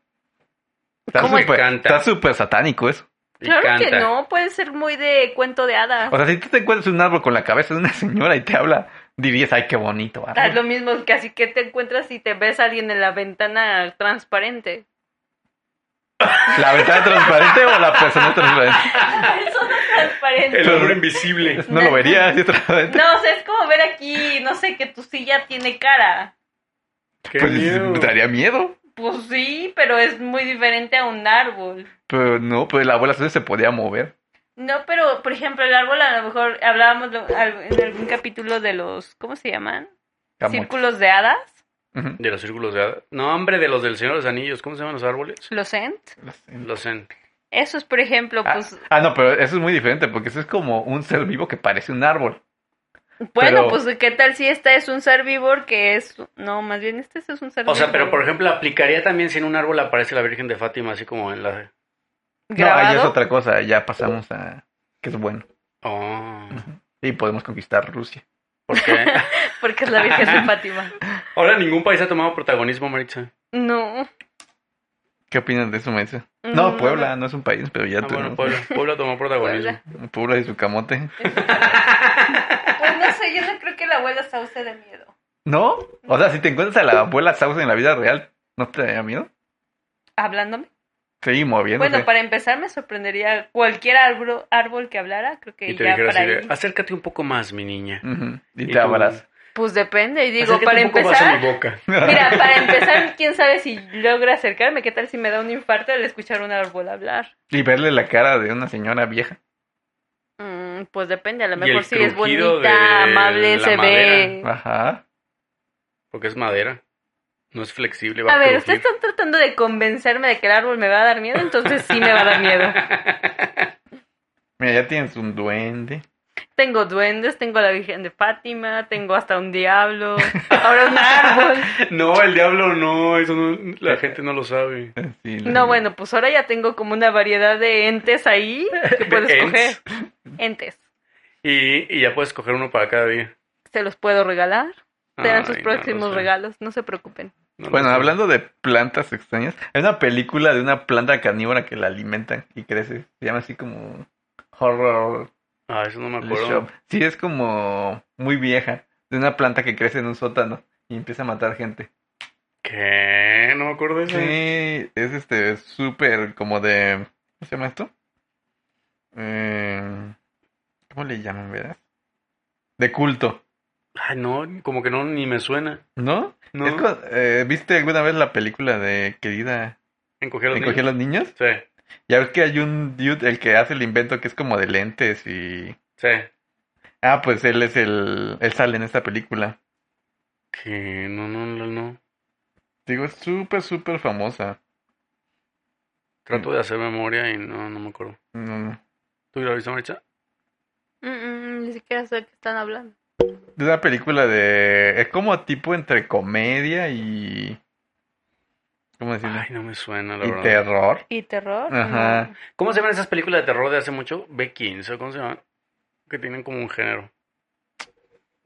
S1: Está
S3: ¿Cómo?
S1: súper-
S3: Me encanta.
S1: está súper satánico eso.
S3: Y
S2: Claro que
S3: canta.
S2: no, puede ser muy de cuento de hadas.
S1: O sea, si tú te encuentras un árbol con la cabeza de una señora y te habla, dirías, ay, qué bonito árbol.
S2: Es lo mismo que así que te encuentras y te ves a alguien en la ventana
S3: <laughs>
S2: transparente. <laughs>
S1: ¿La ventana transparente o la persona transparente? Pues,
S2: Persona transparente.
S3: El hombre invisible.
S1: No lo vería así transparente.
S2: No, o sea, es como ver aquí, no sé, que tu silla tiene cara.
S3: <laughs> Qué
S1: Pues
S3: miedo.
S1: me daría miedo.
S2: Pues sí, pero es muy diferente a un árbol.
S1: Pero no, pues la abuela Susan se podía mover.
S2: No, pero por ejemplo, el árbol a lo mejor hablábamos lo- al- en algún capítulo de los, ¿cómo se llaman?
S1: Camote.
S2: Círculos de hadas,
S1: Ujú.
S3: De los círculos de hada. No, hombre, de los del Señor de los Anillos. ¿Cómo se llaman los árboles?
S2: los ent.
S3: Los en.
S2: Esos, por ejemplo,
S1: Ah,
S2: pues,
S1: ah, no, pero eso es muy diferente porque eso es como un ser vivo que parece un árbol.
S2: bueno,
S1: pero-
S2: pues qué tal si esta es un herbívoro que es, no, más bien este es un herbívoro.
S3: O sea, pero por ejemplo, aplicaría también si en un árbol aparece la Virgen de Fátima, así como en la.
S1: No, ahí es
S2: ¿Grabado?
S1: otra cosa. Ya pasamos a que es bueno.
S3: Oh,
S1: Y podemos conquistar Rusia.
S3: ¿Por
S1: <laughs>
S3: qué?
S2: porque es la Virgen de Fátima.
S3: Ahora ningún país ha tomado protagonismo, Maritza.
S2: No.
S1: ¿Qué opinas de eso, Maritza?
S2: Mm.
S1: No, Puebla no es un país, pero ya
S3: Ah,
S1: tú-
S3: bueno,
S2: pues.
S3: Puebla, Puebla tomó protagonismo.
S2: Puebla.
S1: Puebla y su camote.
S2: Pues no sé, yo no creo que la abuela sauce de miedo.
S1: ¿No? O sea, si te encuentras a la abuela Sauce en la vida real, ¿no te daría miedo?
S2: ¿Hablándome?
S1: Sí, moviéndose.
S2: Bueno, para empezar me sorprendería cualquier árbol, árbol que hablara, creo que
S3: Y te
S2: ya
S3: dijera
S2: para
S3: así de, "Ah,
S2: ahí.
S3: acércate un poco más, mi niña.
S1: Ujú. Y
S3: Y
S1: te
S3: tú-
S1: abraza.
S2: Pues depende, y digo,
S3: "Acércate
S2: para
S3: un poco más a
S2: empezar,
S3: mi boca.
S2: mira,
S3: <laughs>
S2: para empezar, quién sabe si logra acercarme, qué tal si me da un infarto al escuchar un árbol hablar.
S1: <laughs> Y verle la cara de una señora vieja.
S2: Mm, pues depende, a lo
S3: Y
S2: mejor
S3: el
S2: si es
S3: crujido
S2: bonita,
S3: de
S2: amable,
S3: la
S2: se ve.
S1: Ajá.
S3: Porque es madera. No es flexible. Va
S2: A ver,
S3: crujir.
S2: ustedes están tratando de convencerme de que el árbol me va a dar miedo, entonces sí me va a dar miedo.
S1: Mira, ya tienes un duende.
S2: Tengo duendes, tengo a la Virgen de Fátima, tengo hasta un diablo, ahora un árbol.
S3: No, el diablo no. Eso no-
S1: Eh.
S3: la gente no lo sabe.
S1: Sí, la-
S2: No, bueno, pues ahora ya tengo como una variedad de entes ahí que puedo
S3: De
S2: escoger.
S3: ents.
S2: Entes.
S3: Y, y ya puedes coger uno para cada día.
S2: Se los puedo regalar. Serán sus
S3: Ay, no lo
S2: próximos
S3: sé.
S2: regalos, no se preocupen.
S3: No lo
S1: Bueno,
S3: sé.
S1: hablando de plantas extrañas, hay una película de una planta carnívora que la alimentan y crece. Se llama así como Horror
S3: Ah, eso no me acuerdo.
S1: Shop. Sí, es como muy vieja. De una planta que crece en un sótano y empieza a matar gente.
S3: ¿Qué? No me acuerdo de eso.
S1: Sí, es este súper como de... ¿Cómo se llama esto? Eh, ¿Cómo le llaman, verás? De culto,
S3: Ay, no, como que no, ni me suena.
S1: ¿no?
S3: No.
S1: Es co- eh, ¿Viste alguna vez la película de Querida
S3: Encogí a los
S1: Encogí a los niños?
S3: Sí,
S1: Ya ves que hay un dude, el que hace el invento que es como de lentes y...
S3: sí.
S1: Ah, pues él es el... Él sale en esta película.
S3: Que no, no, no, no.
S1: Digo, es súper, súper famosa. Mm.
S3: Trato de hacer memoria y no, no me acuerdo.
S1: No, no.
S3: ¿Tú la viste, Maricha?
S2: Mm, mm, ni siquiera sé de qué están hablando.
S1: Es una película de... Es como tipo entre comedia y... ¿Cómo decirlo?
S3: Ay, no me suena, la
S1: y
S3: verdad.
S1: terror.
S2: ¿Y terror?
S1: Ajá.
S2: No.
S3: ¿Cómo se llaman esas películas de terror de hace mucho? B15, ¿cómo se llaman? Que tienen como un género.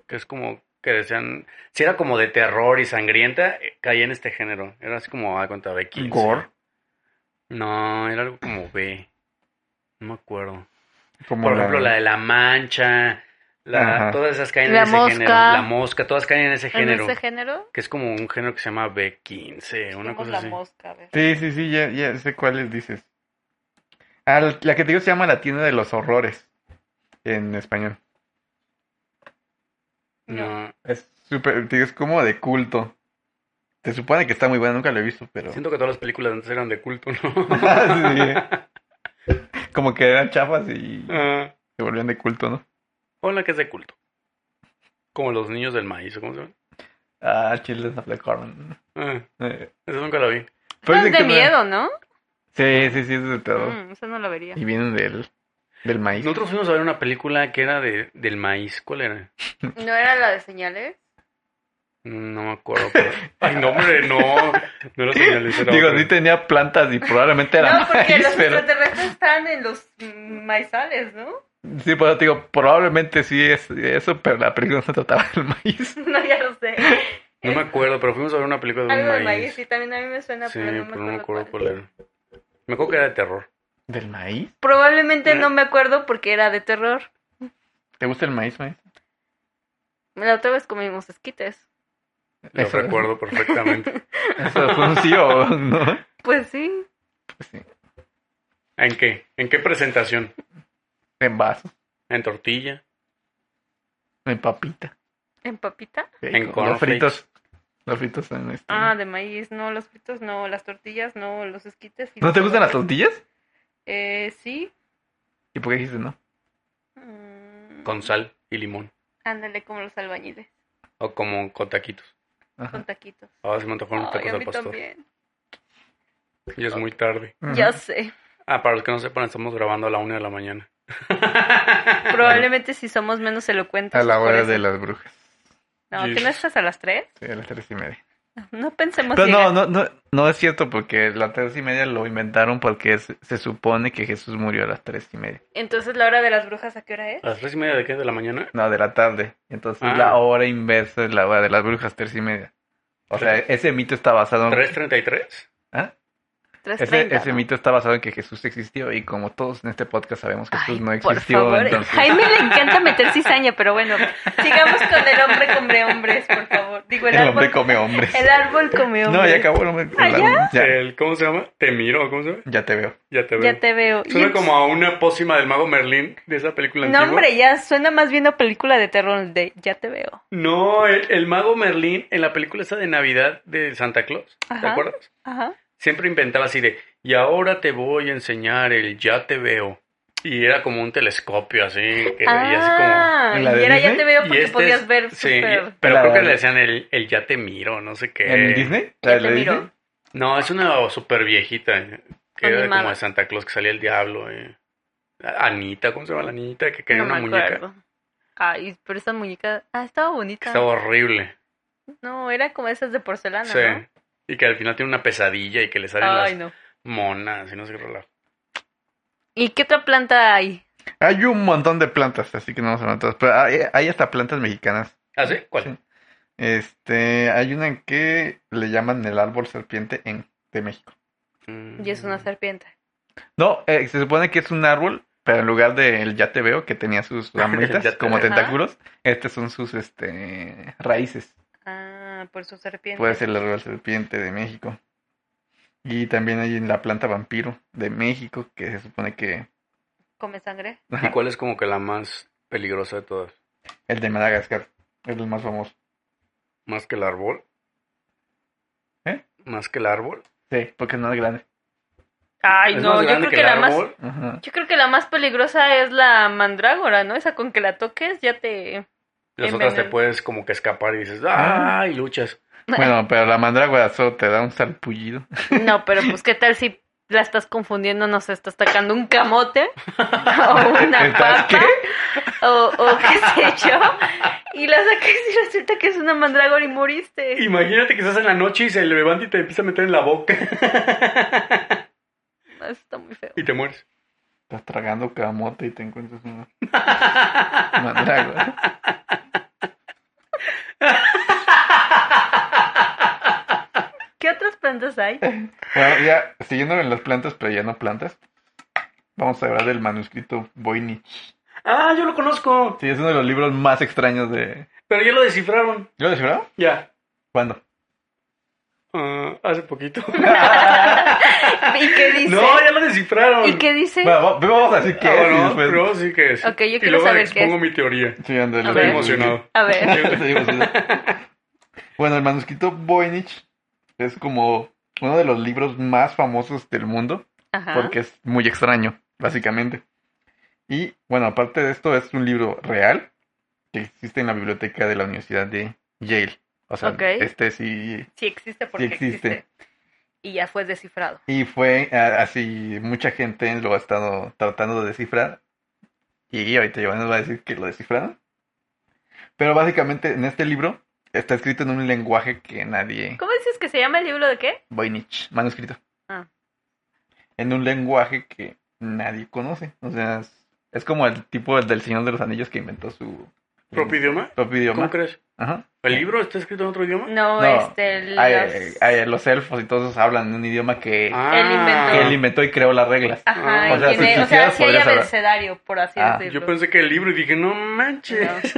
S3: Que es como que decían. Si era como de terror y sangrienta, eh, caía en este género. Era así como, ah, cuenta B15.
S1: Gore.
S3: No, era algo como B. No me acuerdo.
S1: Como
S3: Por ejemplo, la de La Mancha. La,
S1: Ajá.
S3: todas esas caen
S2: La
S3: en ese género.
S2: mosca.
S3: La mosca, todas caen en ese género.
S2: ¿En ese género?
S3: Que es como un género que se llama B15, una
S2: Tenemos
S3: cosa
S2: la
S3: así.
S2: mosca, a ver.
S1: Sí, sí, sí, ya, ya sé cuáles dices. Ah, la que te digo se llama La tienda de los horrores en español.
S2: No.
S3: No,
S1: Es súper, te digo, es como de culto. Se supone que está muy buena, nunca lo he visto, pero <laughs>
S3: Siento que todas las películas de antes eran de culto, ¿no? <laughs>
S1: Sí. como que eran chafas y
S3: Ah,
S1: se volvían de culto, ¿no?
S3: Pon la que es de culto. Como los niños del maíz, ¿o ¿cómo se llama?
S1: Ah, Children of the Corn.
S3: Ah,
S1: Eh,
S3: esa nunca la vi.
S1: pero dicen
S2: Eso Pues es de
S1: que no era-
S2: miedo, ¿no?
S1: Sí, sí, sí, es de todo.
S2: Mm, eso no lo vería.
S1: Y vienen del, del maíz.
S3: Nosotros fuimos a ver una película que era de, del maíz. ¿Cuál era?
S2: ¿No era la de señales?
S3: No me acuerdo.
S1: <laughs>
S3: pero- Ay, no, hombre, no. No era señales, era
S1: Digo,
S3: otra.
S1: sí tenía plantas y probablemente era
S2: <laughs> No, porque
S1: maíz,
S2: los
S1: pero...
S2: extraterrestres están en los mm, maizales, ¿no? <laughs>
S1: Sí, por eso te digo, probablemente sí es eso, pero la película no se trataba del maíz.
S2: No, ya lo sé.
S3: No me acuerdo, pero fuimos a ver una película de un
S2: Algo de
S3: maíz.
S2: maíz, sí, también a mí me suena,
S3: Sí,
S2: pero no me
S3: pero no me
S2: acuerdo
S3: acuerdo
S2: cuál.
S3: cuál era. Me acuerdo que era de terror.
S1: ¿Del maíz?
S2: Probablemente no me acuerdo porque era de terror.
S1: ¿Te gusta el maíz, maíz?
S2: La otra vez comimos esquites.
S3: Lo
S1: Eso.
S3: recuerdo perfectamente.
S1: ¿Eso fue un sí o un no?
S2: Pues sí.
S1: Pues sí.
S3: ¿En qué? ¿En qué presentación?
S1: En vaso,
S3: ¿En tortilla?
S1: en papita.
S2: ¿En papita?
S1: sí,
S3: En
S1: con los
S3: cornflakes.
S1: fritos. Los fritos en este.
S2: Ah, de maíz. No, los fritos no, las tortillas no, los esquites. y
S1: ¿No
S2: los
S1: te gustan las
S2: aguacates.
S1: tortillas?
S2: Eh, sí.
S1: ¿Y por qué dijiste no?
S2: Mm,
S3: Con sal y limón.
S2: Ándale como los albañiles,
S3: O como con taquitos.
S2: con taquitos.
S3: Ahora se me antojaron
S2: Ay,
S3: tacos
S2: a
S3: al
S2: mí
S3: pastor.
S2: también.
S3: Ya es muy tarde.
S2: Ya sé.
S1: <laughs>
S3: Ah, para los que no sepan, estamos grabando a la una de la mañana.
S2: Probablemente si somos menos elocuentes.
S1: A la
S2: es por
S1: hora
S2: eso.
S1: de las brujas.
S2: No, ¿que no estás a las tres?
S1: Sí, a las tres y media.
S2: No pensemos
S1: Pero Pues no,
S2: llegar.
S1: no, no, no es cierto porque las tres y media lo inventaron porque se, se supone que Jesús murió a las tres y media.
S2: Entonces, ¿la hora de las brujas a qué hora es?
S3: ¿A las tres y media de qué? ¿De la mañana?
S1: No, de la tarde. Entonces
S3: Ah.
S1: la hora inversa es la hora de las brujas, tres y media. O sea,
S3: Tres.
S1: ese mito está basado en...
S3: ¿3.33?
S1: ¿Ah?
S2: Tres
S1: Ese,
S2: treinta,
S1: ese
S2: ¿no?
S1: mito está basado en que Jesús existió y como todos en este podcast sabemos que Jesús
S2: Ay,
S1: no
S2: por
S1: existió,
S2: favor.
S1: entonces...
S2: Jaime le encanta meter cizaña, pero bueno, sigamos con el hombre come hombres, por favor. Digo,
S1: <laughs>
S2: el,
S1: El
S2: árbol,
S1: hombre come hombres.
S2: el árbol come
S1: No,
S2: hombres.
S1: ya acabó el hombre.
S2: Ah,
S1: el
S2: ¿ya?
S1: árbol. ya,
S3: El- ¿Cómo se llama? Te miro, ¿cómo se llama?
S1: ya te veo.
S3: Ya te veo.
S2: Ya te veo. Y
S3: Suena
S2: el-
S3: como a una pócima del mago Merlín de esa película
S2: No,
S3: antigua.
S2: hombre, ya suena más bien a película de terror de Ya te veo.
S3: No, el, el mago Merlín en la película esa de Navidad de Santa Claus, ¿te
S2: Ajá.
S3: acuerdas?
S2: Ajá.
S3: Siempre inventaba así de, y ahora te voy a enseñar el ya te veo. Y era como un telescopio así, que veía así
S2: Ah,
S1: ¿La
S2: y
S1: de
S2: era Ya
S1: Disney?
S2: te veo
S3: como... y
S2: porque
S3: este
S2: podías
S3: es-
S2: ver
S3: sí,
S2: súper-
S3: y- pero
S1: La-
S3: creo que le decían el, el ya te miro, no sé qué.
S1: ¿En Disney?
S2: Ya
S1: ¿La
S2: te
S1: de
S2: miro.
S1: Disney?
S3: No, es una super viejita, que era
S2: Animada.
S3: como de Santa Claus que salía el diablo. eh. Anita, ¿cómo se llama la Anita? Que quería
S2: no
S3: una
S2: me
S3: muñeca.
S2: acuerdo. Ay, pero esa muñeca, ah, estaba
S3: Que
S2: bonita.
S3: estaba horrible.
S2: No, era como esas de porcelana,
S3: Sí.
S2: Ah, ¿no?
S3: Y que al final tiene una pesadilla y que le salen las
S2: Ay, no.
S3: monas y no sé qué relajo.
S2: ¿Y qué otra planta hay?
S1: Hay un montón de plantas, así que no vamos a hablar de todas. Pero hay, hay hasta plantas mexicanas.
S3: ¿Ah, sí? ¿Cuál?
S1: Sí. Este, hay una en que le llaman el árbol serpiente en, de México.
S3: Mm.
S2: Y es una serpiente.
S1: No, eh, se supone que es un árbol, pero en lugar del ya te veo, que tenía sus
S3: Ya
S1: ramitas
S3: te
S1: como
S2: veo.
S1: tentáculos, estas son sus este, raíces.
S2: Ah, por su serpiente.
S1: Puede ser el árbol serpiente de México. Y también hay en la planta vampiro de México, que se supone que
S2: ¿Come sangre?
S3: ¿Y cuál es como que la más peligrosa de todas?
S1: el de Madagascar es el más famoso.
S3: ¿Más que el árbol?
S1: ¿Eh?
S3: ¿Más que el árbol?
S1: Sí, porque no es grande.
S2: Ay,
S3: ¿Es
S2: no,
S3: más
S2: yo
S3: grande
S2: creo que, la más
S3: árbol?
S1: Ajá.
S2: yo creo que la más peligrosa es la mandrágora, ¿no? Esa con que la toques ya te
S3: Las otras te
S2: Envenena.
S3: puedes como que escapar y dices, ¡ah! Y luchas.
S1: Bueno, pero la mandrágora solo te da un salpullido.
S2: No, pero pues qué tal si la estás confundiendo, no sé, estás sacando un <laughs> camote o una
S1: ¿Estás
S2: papa o, o qué sé yo y la sacas y resulta que es una mandrágora y moriste.
S3: Imagínate que estás en la noche y se levanta y te empieza a meter en la boca <laughs>
S2: No, Ah, Eso está muy feo.
S3: y te mueres.
S1: Estás tragando camote y te encuentras
S3: <laughs>
S1: una mandrágora.
S2: ¿Qué otras plantas hay?
S1: Bueno, ya, siguiendo en las plantas, pero ya no plantas, vamos a hablar del manuscrito Voynich.
S3: Ah, yo lo conozco.
S1: Sí, es uno de los libros más extraños de.
S3: Pero ya lo descifraron.
S1: ¿Yo lo descifró?
S3: Ya.
S1: ¿Cuándo?
S3: Ah, hace poquito.
S2: ¿Y qué dice?
S3: <laughs> No, ya lo descifraron.
S2: ¿Y qué dice?
S1: Bueno, va- primero vamos a decir qué
S3: Ah,
S1: es y
S3: bueno,
S1: después-
S3: pero sí que es.
S2: Ok, yo
S3: Y
S2: quiero
S3: luego
S2: saber qué
S3: expongo mi teoría.
S1: Sí, ándale.
S2: A
S3: Estoy
S2: ver.
S3: emocionado.
S2: A ver.
S1: Te digo, sí. <laughs> Bueno, el manuscrito Voynich es como uno de los libros más famosos del mundo
S2: Ajá.
S1: porque es muy extraño, básicamente. Y bueno, aparte de esto, es un libro real que existe en la biblioteca de la Universidad de Yale. O sea,
S2: Ok.
S1: este sí
S2: Sí existe porque
S1: Sí
S2: existe.
S1: existe.
S2: Y ya fue descifrado.
S1: Y fue a- así, mucha gente lo ha estado tratando de descifrar. Y ahorita Giovanni nos va a decir que lo descifraron. Pero básicamente en este libro está escrito en un lenguaje que nadie...
S2: ¿Cómo dices que se llama el libro de qué?
S1: Voynich, manuscrito.
S2: Ah.
S1: En un lenguaje que nadie conoce. O sea, es, es como el tipo del, del Señor de los Anillos que inventó su...
S3: ¿Propio idioma? ¿Eh?
S1: propio idioma.
S3: ¿Cómo crees?
S1: Ajá.
S3: ¿El libro está escrito en otro idioma?
S2: No,
S1: No,
S2: este. Los...
S1: Ay, ay, ay, los elfos y todos hablan un idioma que,
S2: inventó.
S1: que él inventó y creó las reglas.
S2: Ajá,
S3: Ah,
S2: y
S3: o sea, si
S2: tiene, o sea,
S1: quisieras,
S2: sí hay
S1: podrías hablar.
S2: abecedario, por así
S1: Ah,
S2: decirlo.
S3: Yo pensé que el libro y dije, no manches.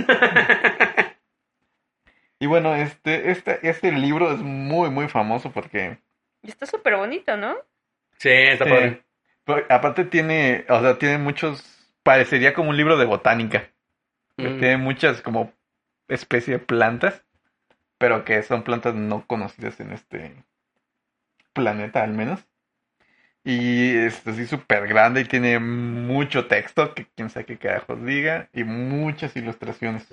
S1: Y bueno, este, este, este libro es muy, muy famoso porque
S2: Y está súper bonito, ¿no?
S3: <laughs> Sí, está padre.
S1: eh, pero aparte tiene, o sea, tiene muchos, parecería como un libro de botánica. que
S3: Mm.
S1: Tiene muchas como especie de plantas, pero que son plantas no conocidas en este planeta al menos. Y es así súper grande y tiene mucho texto, que quién sabe qué carajos diga, y muchas ilustraciones.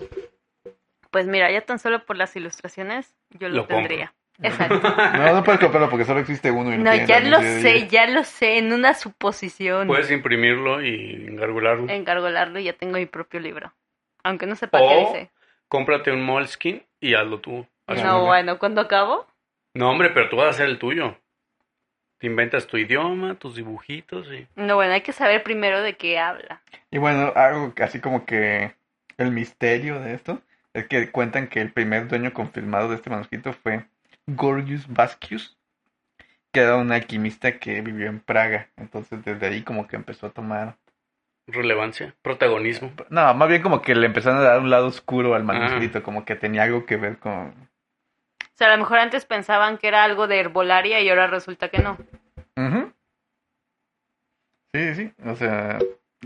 S2: Pues mira, ya tan solo por las ilustraciones, yo lo,
S3: Lo
S2: <laughs>
S3: compro.
S2: tendría. Exacto.
S1: No,
S2: <laughs>
S1: no puedes comprarlo porque solo existe uno. y lo
S2: No,
S1: tiene
S2: ya
S1: la
S2: lo
S1: Universidad de
S2: sé,
S1: Yale.
S2: ya lo sé, en una suposición.
S3: Puedes imprimirlo y engargularlo.
S2: Engargolarlo y ya tengo mi propio libro. Aunque no sepa qué
S3: O-
S2: dice.
S3: Cómprate un moleskin y hazlo tú. Hazlo.
S2: No, bueno, cuando acabo,
S3: No, hombre, pero tú vas a hacer el tuyo. Te inventas tu idioma, tus dibujitos y...
S2: no, bueno, hay que saber primero de qué habla.
S1: Y bueno, algo que- así como que el misterio de esto es que cuentan que el primer dueño confirmado de este manuscrito fue Gorgius Basquius, que era un alquimista que vivió en Praga. Entonces desde ahí como que empezó a tomar...
S3: Relevancia, protagonismo.
S1: No, más bien como que le empezaron a dar un lado oscuro al manuscrito, como que tenía algo que ver con...
S2: O sea, a lo mejor antes pensaban que era algo de herbolaria y ahora resulta que no.
S1: Ujú. Sí, sí, o sea...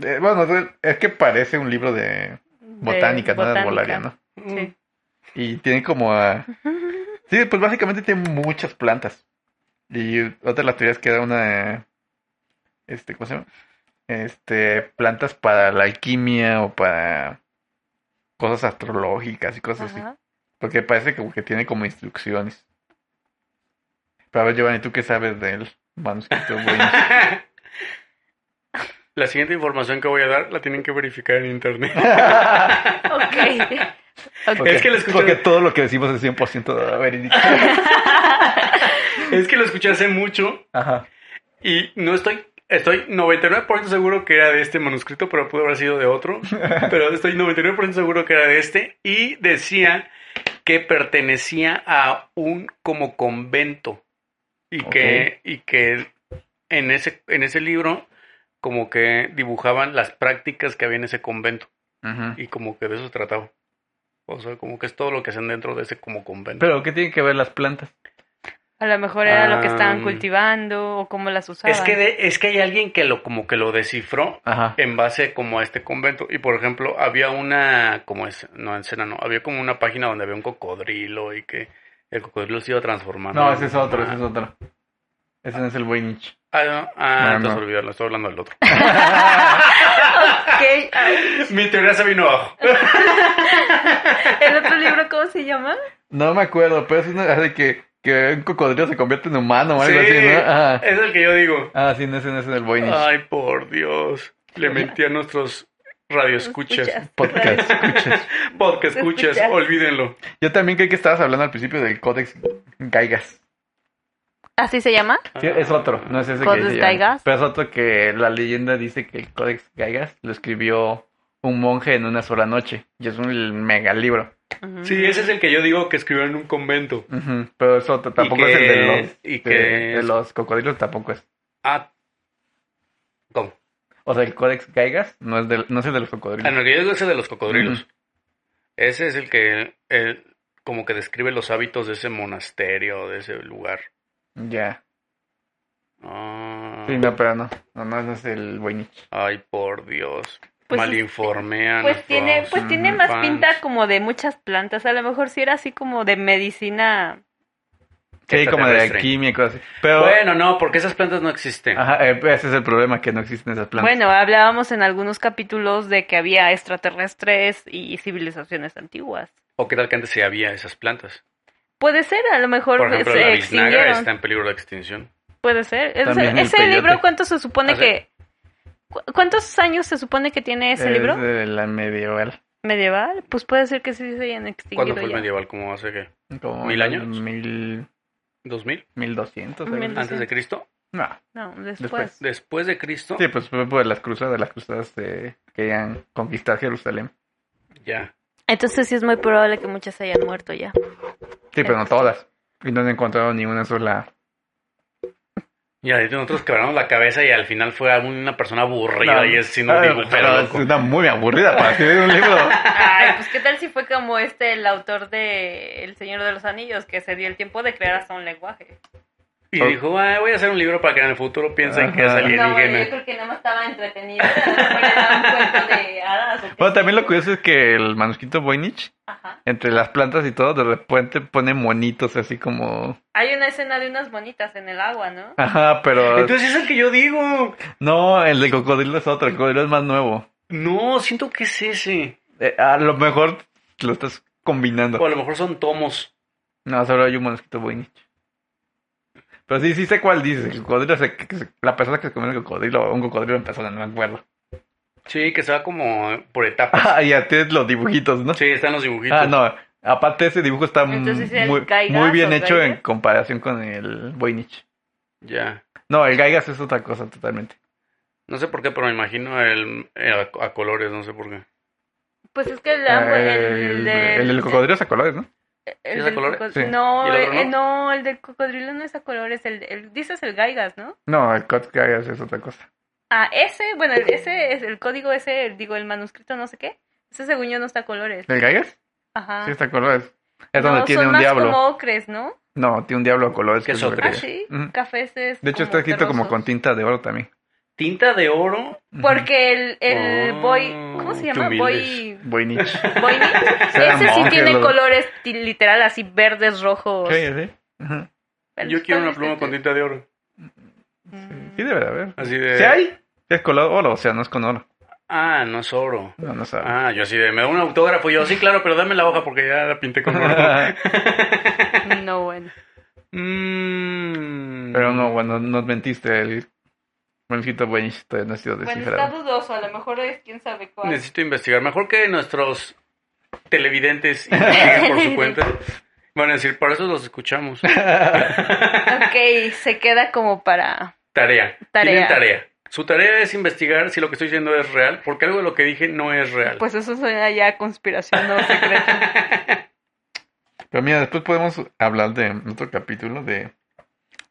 S1: eh, bueno, es que parece un libro de
S2: De
S1: botánica, no de herbolaria, ¿no?
S3: Mm.
S2: Sí.
S1: Y tiene como a... Sí, pues básicamente tiene muchas plantas. Y otra de las teorías que da una... eh, Este, ¿cómo se llama? Este, plantas para la alquimia o para cosas astrológicas y cosas así.
S2: Ajá.
S1: Porque parece como que tiene como instrucciones. Pero a ver, Giovanni, ¿tú qué sabes del manuscrito?
S3: <laughs>
S1: Bueno,
S3: <laughs> La siguiente información que voy a dar la tienen que verificar en internet.
S1: <laughs>
S2: Ok. Ok.
S1: <laughs> Porque-
S3: Es que lo escuché-
S1: Porque todo lo que decimos es 100% verídico.
S3: es que lo escuché hace mucho
S1: <laughs> Ajá.
S3: y no estoy... Estoy 99% seguro que era de este manuscrito, pero pudo haber sido
S1: <laughs>
S3: de otro. Pero estoy 99% seguro que era de este. Y decía que pertenecía a un como convento. Y
S1: Ok.
S3: que, y que en ese, en ese libro como que dibujaban las prácticas que había en ese convento.
S1: Ujú.
S3: Y como que de eso se trataba. O sea, como que es todo lo que hacen dentro de ese como convento.
S1: Pero, ¿qué tienen que ver las plantas?
S2: <laughs> A lo mejor era lo que estaban
S3: Ah.
S2: cultivando o cómo las usaban.
S3: es que de- es que hay alguien que lo como que lo descifró
S1: Ajá.
S3: en base como a este convento. Y por ejemplo, había una, como es, no, encena no, había como una página donde había un cocodrilo y que el cocodrilo se iba transformando.
S1: No, ese es otro,
S3: Ah,
S1: ese es otro. Ese no es el Voynich.
S3: Ah, no, ah,
S1: No,
S3: entonces
S1: no.
S3: olvídalo, estoy hablando del otro. <laughs>
S2: Ok, <laughs> ay,
S3: Mi teoría se vino abajo.
S2: ¿El otro libro cómo se llama?
S1: No me acuerdo, pero es una de que, que un cocodrilo se convierte en humano o algo
S3: Sí,
S1: así, ¿no? Ajá.
S3: Es el que yo digo.
S1: Ah, sí, no, ese no es el Voynich.
S3: Ay, por Dios. Le mentí a nuestros radioescuchas.
S2: Escuchas.
S3: <laughs>
S1: Podcast, escuchas.
S3: Podcast escuchas,
S2: Escuchas.
S3: olvídenlo.
S1: Yo también creí que estabas hablando al principio del Codex Gaigas.
S2: ¿Así se llama?
S1: Sí, es otro, no es ese que
S2: ¿Codex
S1: se llama.
S2: Gaigas?
S1: Pero es otro que la leyenda dice que el Codex Gaigas lo escribió un monje en una sola noche. Y es un mega libro.
S2: Ujú.
S3: Sí, ese es el que yo digo que escribió en un convento.
S1: Ujú, Pero es otro, tampoco
S3: que-
S1: es el de los,
S3: y
S1: de-
S3: que
S1: de
S3: es-
S1: los cocodrilos, tampoco es.
S3: Ah. ¿Cómo?
S1: O sea, el Codex Gaigas no es, del, no es el de los cocodrilos.
S3: Ah, no, el que yo digo es el de los cocodrilos. Ese es el que el- como que describe los hábitos de ese monasterio, de ese lugar.
S1: Ya.
S3: Ah,
S1: Sí, no, pero no. No, no, ese es el Voynich.
S3: Ay, por Dios.
S2: Pues
S3: Mal
S2: es-
S3: informé a
S2: Pues tiene,
S3: nuestros
S2: pues
S1: ujú,
S2: tiene más
S3: fans.
S2: pinta como de muchas plantas. A lo mejor sí era así como de medicina.
S1: Sí, como de
S3: extraterrestre.
S1: alquimia y cosas así. Pero,
S3: Bueno, no, porque esas plantas no existen.
S1: ajá, eh, ese es el problema, que no existen esas plantas.
S2: Bueno, hablábamos en algunos capítulos de que había extraterrestres y civilizaciones antiguas.
S3: ¿O qué tal que antes sí había esas plantas?
S2: Puede ser, a lo mejor
S3: Por ejemplo,
S2: se
S3: la biznaga
S2: extinguieron.
S3: está en peligro de extinción.
S2: Puede ser. Es-
S1: También el
S2: ese
S1: peyote.
S2: libro, ¿cuánto se supone
S3: O sea-
S2: que... cu- ¿Cuántos años se supone que tiene ese libro?
S1: Es Eh, de la medieval.
S2: ¿Medieval? Pues puede ser que sí se hayan
S3: ¿Cuándo
S2: extinguido
S3: fue el
S2: ya.
S3: medieval? ¿Cómo hace que?
S1: Como
S3: ¿Mil años?
S1: Mil,
S3: ¿2000?
S1: mil doscientos. algo
S2: Mil
S1: así.
S3: ¿Antes de Cristo?
S1: No.
S2: No, después.
S1: Después.
S3: ¿Después de Cristo?
S1: Sí, pues fue por las cruzadas. Las cruzadas eh, querían conquistar Jerusalén.
S3: Ya.
S2: Entonces sí es muy probable que muchas hayan muerto ya.
S1: Sí, pero no todas. Y no han encontrado ni una sola.
S3: Y ahí nosotros quebramos la cabeza y al final fue a una persona aburrida
S1: No.
S3: y es sino
S1: Ah,
S3: digo, pero
S1: pero es
S3: loco.
S1: una muy aburrida para escribir un libro.
S2: <laughs>
S1: <laughs>
S2: Ay, pues qué tal si fue como este el autor de El Señor de los Anillos, que se dio el tiempo de crear hasta un lenguaje.
S3: Y dijo, "Ay, voy a hacer un libro para que en el futuro piensen que es
S1: Ajá.
S2: No, bueno, yo
S3: alienígena.
S2: creo que nada más estaba entretenido. <laughs> a lo mejor era un cuento de hadas. o qué
S1: Bueno,
S2: sé
S1: también
S2: yo.
S1: lo curioso es que el manuscrito Voynich,
S2: Ajá.
S1: entre las plantas y todo, de repente pone monitos así como.
S2: Hay una escena de unas bonitas en el agua, ¿no?
S1: Ajá, pero.
S3: Entonces es el que yo digo.
S1: No, el de cocodrilo es otro. El cocodrilo es más nuevo.
S3: No, siento que es ese.
S1: Eh, a lo mejor lo estás
S3: O
S1: combinando.
S3: a lo mejor son tomos.
S1: No, solo hay un manuscrito Voynich. Pero sí, sí sé cuál dice. El cocodrilo se- que se- la persona que se comió el cocodrilo, un cocodrilo en persona, no me acuerdo. <laughs>
S3: Sí, que se va como por etapas.
S1: Ah, y a ti los dibujitos, ¿no?
S3: Sí, están los dibujitos.
S1: Ah, no. Aparte, ese dibujo está m-
S2: Entonces, ¿el
S1: muy,
S2: Gaigas
S1: muy bien
S2: o
S1: hecho en
S2: Gaigas?
S1: comparación con el Voynich.
S3: Ya.
S1: No, el Gaigas es otra cosa totalmente.
S3: No sé por qué, pero me imagino el, el- a colores, no sé por qué.
S2: Pues es que el,
S1: el, Eh, el del cocodrilo es a colores, ¿no?
S3: ¿Sí es a colores?
S2: coco-
S1: Sí.
S2: No,
S3: ¿Y el otro
S2: eh, no? el del cocodrilo no es a colores. El, el- dices el Gaigas, ¿no?
S1: No, el Cod Gaigas es otra cosa.
S2: Ah, ese, bueno, el- ese es el código, ese, el- digo, el manuscrito, no sé qué. Ese según yo no está a colores.
S1: ¿El Gaigas?
S2: Ajá.
S1: Sí, está a colores. Es donde
S2: Ah. No,
S1: tiene
S2: son
S1: un
S2: más
S1: diablo.
S2: como ocres, ¿no?
S1: No, tiene un diablo a colores.
S3: Que
S1: que
S3: es
S1: lo
S3: ocre.
S2: Ah,
S1: que-
S2: sí.
S1: Ujú.
S2: Cafés es
S1: De hecho,
S2: como
S1: está escrito como
S2: terrosos.
S1: con tinta de oro
S2: <laughs>
S1: también.
S3: Tinta de oro.
S1: Ujú.
S2: Porque el, el
S3: Oh,
S2: boy... ¿Cómo se
S3: qué
S2: llama? Boy...
S3: humildes.
S2: <laughs>
S1: Voynich. Sí, <laughs>
S2: Boy
S1: Eran
S2: Ese sí
S1: monjes,
S2: tiene
S1: los-
S2: colores ti- literal así verdes, rojos.
S1: sí. Ajá.
S2: Pero
S3: Yo
S2: tal
S3: quiero una
S2: vez
S3: pluma
S2: este-
S3: con tinta de oro.
S2: Mm.
S1: Sí, debe de haber.
S3: Así de.
S1: ¿Sí hay? Es color oro, o sea, no es con oro.
S3: Ah, no es oro.
S1: No, no sabe. <laughs>
S3: Ah, yo así de, me da un autógrafo. Yo, sí, claro, pero dame la hoja porque ya la pinté
S1: <laughs>
S3: con oro.
S2: No, bueno.
S3: Mm.
S1: Pero no, bueno, nos mentiste. El manuscrito Voynich todavía no ha sido
S2: Bueno, está
S1: descifrado.
S2: dudoso, a lo mejor es quién sabe cuál.
S3: Necesito investigar. Mejor que nuestros televidentes investiguen por su cuenta. Van a decir, por eso los escuchamos.
S2: Ok, se queda como para...
S3: Tarea.
S2: <laughs> Tarea.
S3: Tienen tarea. Su tarea es investigar si lo que estoy diciendo es real, porque algo de lo que dije no es real.
S2: Pues eso suena ya a conspiración no secreta.
S1: Pero mira, después podemos hablar de otro capítulo de,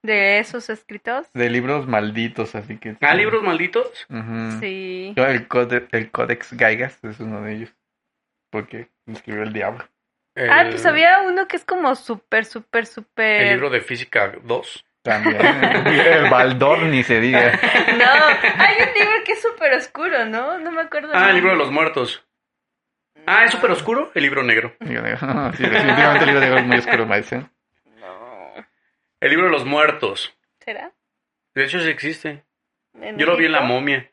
S2: De esos escritos.
S1: de libros malditos, así que...
S3: ¿Ah, libros malditos?
S1: Ujú.
S2: Sí.
S1: No, El, code- el Codex Gaigas es uno de ellos. Porque lo escribió el diablo.
S2: Ah,
S3: El-
S2: pues había uno que es como súper, súper,
S3: eh, El
S2: súper.
S3: libro de física 2.
S1: También. <laughs> el Baldor ni se diga. <laughs>
S2: No, hay un libro que es súper oscuro, ¿no? No me acuerdo.
S3: Ah, el libro de
S2: nombre.
S3: los muertos. Ah, es súper oscuro. El libro negro.
S1: Digo, digo, "Ah, sí, definitivamente el libro de Gaigas es muy oscuro, Maese.
S2: No.
S3: El libro de los muertos.
S2: ¿Será?
S3: De hecho, sí existe. Yo lo vi en la
S2: mona.
S3: momia,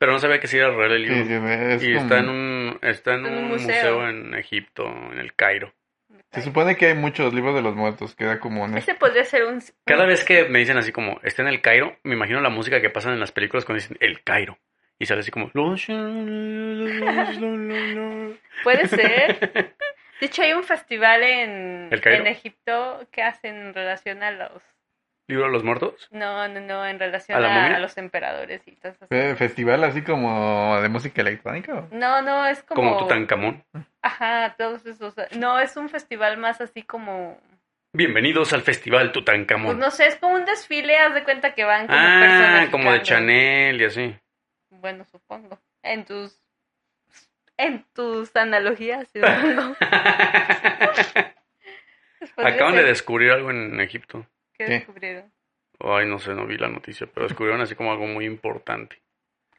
S3: pero no sabía que sí era real el
S1: Sí,
S3: libro.
S1: sí, es
S3: y
S1: como-
S3: está en un, está en
S2: En un
S3: un museo.
S2: museo.
S3: en Egipto, en el Cairo.
S1: Se supone que hay muchos libros de los muertos, queda como en
S2: Ese podría ser un.
S3: Cada vez que me dicen así como, está en el Cairo, me imagino la música que pasan en las películas cuando dicen el Cairo. Y sale así como...
S1: <laughs>
S3: El
S2: Puede
S3: <laughs>
S2: ser. De hecho, hay un festival en,
S3: ¿El Cairo?
S2: en Egipto que hacen en relación a los.
S3: libro de los muertos.
S2: No, no, no, en relación
S3: ¿A la
S2: a,
S3: momia?
S2: a los emperadores y todo eso.
S1: eh, festival así como de música electrónica. ¿o?
S2: No, no, es
S3: Como Tutankamón.
S2: Ajá, todos esos. No, es un festival más así como.
S3: Bienvenidos al Festival Tutankamón.
S2: Pues no sé, es como un desfile, haz de cuenta que van como
S3: ah,
S2: personificando.
S3: como de Chanel y así.
S2: Bueno, supongo. En tus en tus analogías,
S3: <laughs>
S2: supongo. pues Podría
S3: Acaban de
S2: ser
S3: descubrir algo en Egipto.
S2: que
S1: ¿Qué?
S2: descubrieron.
S3: Ay, no sé, no vi la noticia, pero descubrieron así como algo muy importante.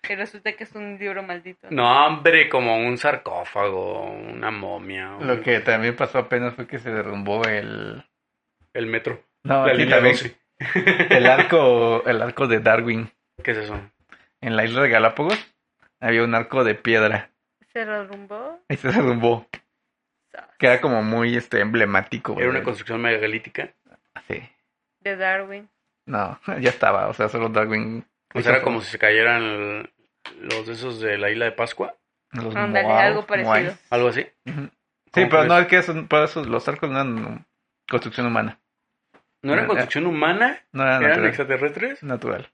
S2: Que resulta que es un libro maldito.
S3: No, hombre, como un sarcófago, una momia, un-
S1: Lo que también pasó apenas fue que se derrumbó el...
S3: el metro,
S1: No,
S3: la
S1: Ah, aquí
S3: línea
S1: también.
S3: 12.
S1: El arco, el arco de Darwin.
S3: ¿Qué es eso?
S1: En la isla de Galápagos había un arco de piedra.
S2: Se derrumbó.
S1: Y se derrumbó. Que era como muy este, emblemático.
S3: Era una
S1: güey.
S3: construcción megalítica.
S1: Sí.
S2: De Darwin.
S1: No, <laughs> ya estaba. O sea, solo Darwin...
S3: O sea, era como si se cayeran el- los de esos de la isla de Pascua,
S1: Los
S2: Ándale,
S1: Moai-
S2: algo parecido.
S1: Moai.
S3: algo así.
S1: Ujú. Sí, pero
S3: ¿Cómo crees?
S1: no, es que esos- pero esos- los arcos no eran construcción humana.
S3: ¿No era
S1: Era-
S3: construcción humana?
S1: Ah, No eran
S3: ¿Eran
S1: natural.
S3: extraterrestres?
S1: natural.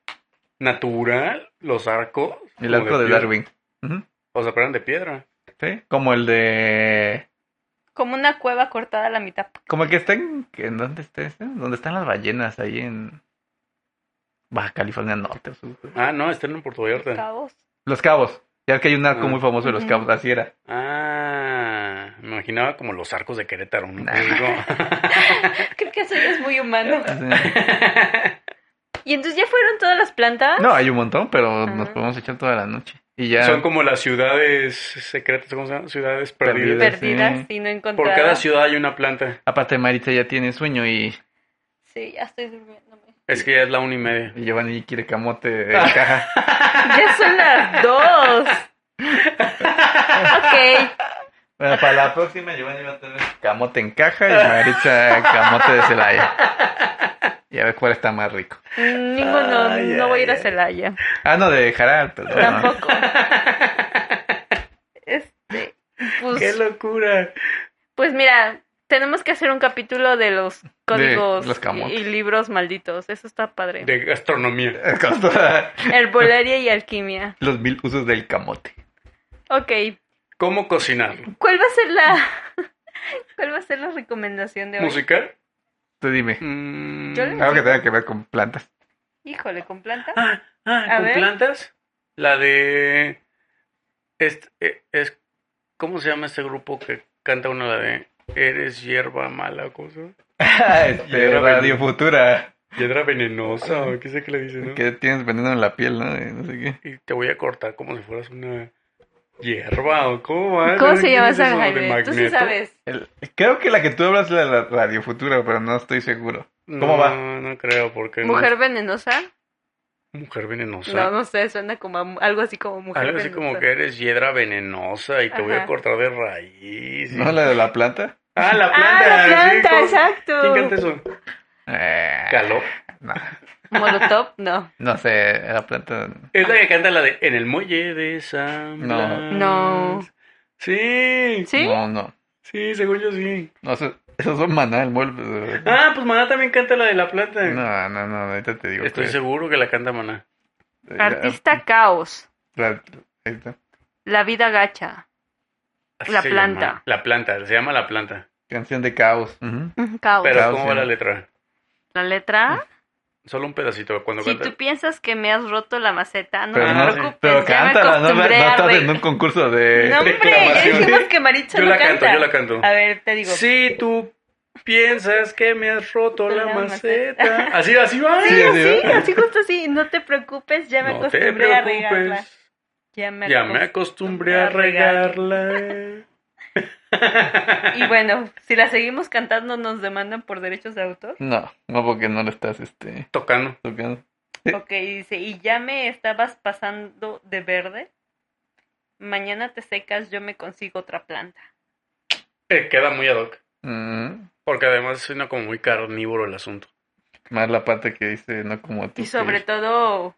S3: ¿Natural? ¿Los arcos?
S1: El
S3: como
S1: arco de,
S3: piedra.
S1: Darwin. Ujú.
S3: O sea, pero eran de piedra.
S1: Sí, como el de...
S2: Como una cueva cortada a la mitad.
S1: Como el que está en... ¿en ¿Dónde está ese? ¿Dónde están las ballenas? Ahí en... Baja California Norte. sur.
S3: Ah, no, están en Puerto Vallarta.
S2: Cabos.
S1: Los Cabos. Ya que hay un arco
S3: Ah.
S1: muy famoso de Los
S2: Ujú.
S1: Cabos. Así
S2: <laughs>
S1: era.
S3: Ah, me imaginaba como los arcos de Querétaro, ¿no?
S1: Nah.
S2: Creo que eso ya es
S1: <laughs>
S2: muy humano.
S1: Así-
S2: Y entonces ya fueron todas las plantas.
S1: No, hay un montón, pero nos
S2: Ah.
S1: podemos echar toda la noche. Y <laughs> ya...
S3: Son como las ciudades secretas, ¿cómo se llama? Ciudades perdidas.
S1: Perdidas.
S2: perdidas
S1: sí.
S2: y no
S3: Por
S2: encontradas.
S3: cada ciudad hay una planta.
S1: Aparte Maritza ya tiene sueño y,
S2: Sí, ya estoy durmiéndome.
S3: Es que ya es la una y media.
S1: y Giovanni quiere camote en caja.
S2: Ya son
S3: <laughs>
S2: las dos. Ok.
S1: Bueno, para la próxima Giovanni va a tener camote en caja y Maritza camote de Celaya. Y a ver cuál está más rico.
S2: Ninguno.
S3: Ay,
S2: no voy a ir a
S3: ay, ay.
S2: Celaya.
S1: Ah, no, de Jaral, perdón.
S2: Tampoco.
S3: <laughs>
S2: Este. Pues,
S3: locura!
S2: pues mira, tenemos que hacer un capítulo de los códigos
S1: los camotes.
S2: y, y libros malditos. Eso está padre.
S3: De gastronomía.
S1: <laughs> Con toda-
S2: Herbolaria y alquimia.
S1: los mil usos del camote.
S2: Ok.
S3: ¿Cómo cocinar?
S2: ¿Cuál va a ser la. <laughs> ¿Cuál va a ser la recomendación de hoy?
S3: ¿Musical?
S1: Tú dime.
S3: Mm.
S2: Yo le-
S1: Algo que tenga que ver con plantas.
S2: Híjole, ¿con planta?
S3: Ah, ah,
S2: A
S3: ¿con
S2: ver.
S3: plantas? La de... Es, eh, es- ¿Cómo se llama este grupo que canta una la de... Eres hierba mala, ¿cómo se llama?
S1: <laughs> este,
S3: era
S1: Radio Futura.
S3: Hiedra venenosa, o qué sé que le dicen, ¿no?
S1: Que tienes veneno en la piel, ¿no? De No sé qué.
S3: Y te voy a cortar como si fueras una hierba, ¿o cómo va?
S2: ¿Cómo
S3: ¿No?
S2: se llama
S3: ¿Qué es
S2: esa
S3: eso de
S2: Jaime? Tú sí
S3: Magneto?
S2: sabes.
S1: El- creo que la que tú hablas es la de la Radio Futura, pero no estoy seguro. ¿Cómo
S3: no,
S1: va?
S3: No creo, porque... no-
S2: ¿Mujer venenosa?
S3: Mujer venenosa.
S2: no, no sé, suena como a mu- algo así como mujer
S3: Algo así como
S2: venenosa.
S3: que eres hiedra venenosa y te voy a
S2: Ajá.
S3: cortar de raíz. y-
S1: ¿No la de la planta?
S3: Ah, la planta.
S2: Ah, la
S3: sí,
S2: planta,
S3: ¿cómo- ¿Quién canta
S2: exacto.
S3: eso?
S1: Eh,
S3: Caló.
S1: no,
S2: Molotov, no.
S1: no sé, la planta.
S3: Es la que canta la de En el muelle de San
S1: No.
S3: Blas.
S2: No.
S3: Sí.
S2: ¿Sí?
S1: No, no.
S3: Sí, según yo sí.
S1: No, eso- esos son maná, el mueble.
S3: Ah, pues Maná también canta la de la planta.
S1: No, no, no, ahorita te digo.
S3: Estoy
S1: pues.
S3: seguro que la canta Maná.
S1: Eh,
S2: Artista caos.
S1: la- ahí está.
S2: La vida gacha.
S3: Así
S2: La
S3: se
S2: planta.
S3: llama. La planta, se llama la planta.
S1: Canción de caos. Ujú.
S2: Mm, Caos.
S3: Pero
S1: Caos,
S3: ¿cómo
S1: sí.
S3: va la letra?
S2: la letra.
S3: Solo un pedacito cuando
S2: Si
S3: canta.
S2: tú piensas que me has roto la maceta, no
S1: Pero,
S2: te
S3: no,
S2: preocupes.
S1: pero
S2: ya me
S1: cántala, no, no
S2: acostumbré a
S1: estás
S2: re-
S1: en un concurso de.
S2: No, hombre, ya
S3: reclamación.
S2: dijimos que Maricha
S3: Yo
S2: no
S3: la
S2: canta.
S3: canto, yo la canto.
S2: A ver, te digo.
S3: Si tú piensas que me has roto la,
S2: La
S3: maceta.
S2: <laughs>
S3: Así, así va.
S1: Sí,
S2: Sí,
S1: sí,
S2: así,
S1: ¿verdad?
S2: así justo así. No te preocupes, ya me
S3: no te
S2: acostumbré a regarla.
S3: preocupes.
S2: Ya me
S3: Ya me
S2: acostumbré.
S3: acostumbré
S2: <laughs>
S3: a regarla.
S2: Y bueno, si la seguimos cantando nos demandan por derechos de autor.
S1: No, no, porque no lo estás este,
S3: Tocando.
S1: tocando.
S2: Ok, dice, y ya me estabas pasando de verde. Mañana te secas, yo me consigo otra planta.
S3: Eh, queda muy ad hoc.
S1: Mm,
S3: Porque además suena como muy carnívoro el asunto.
S1: Más la parte que dice, no como tú.
S2: Y sobre todo,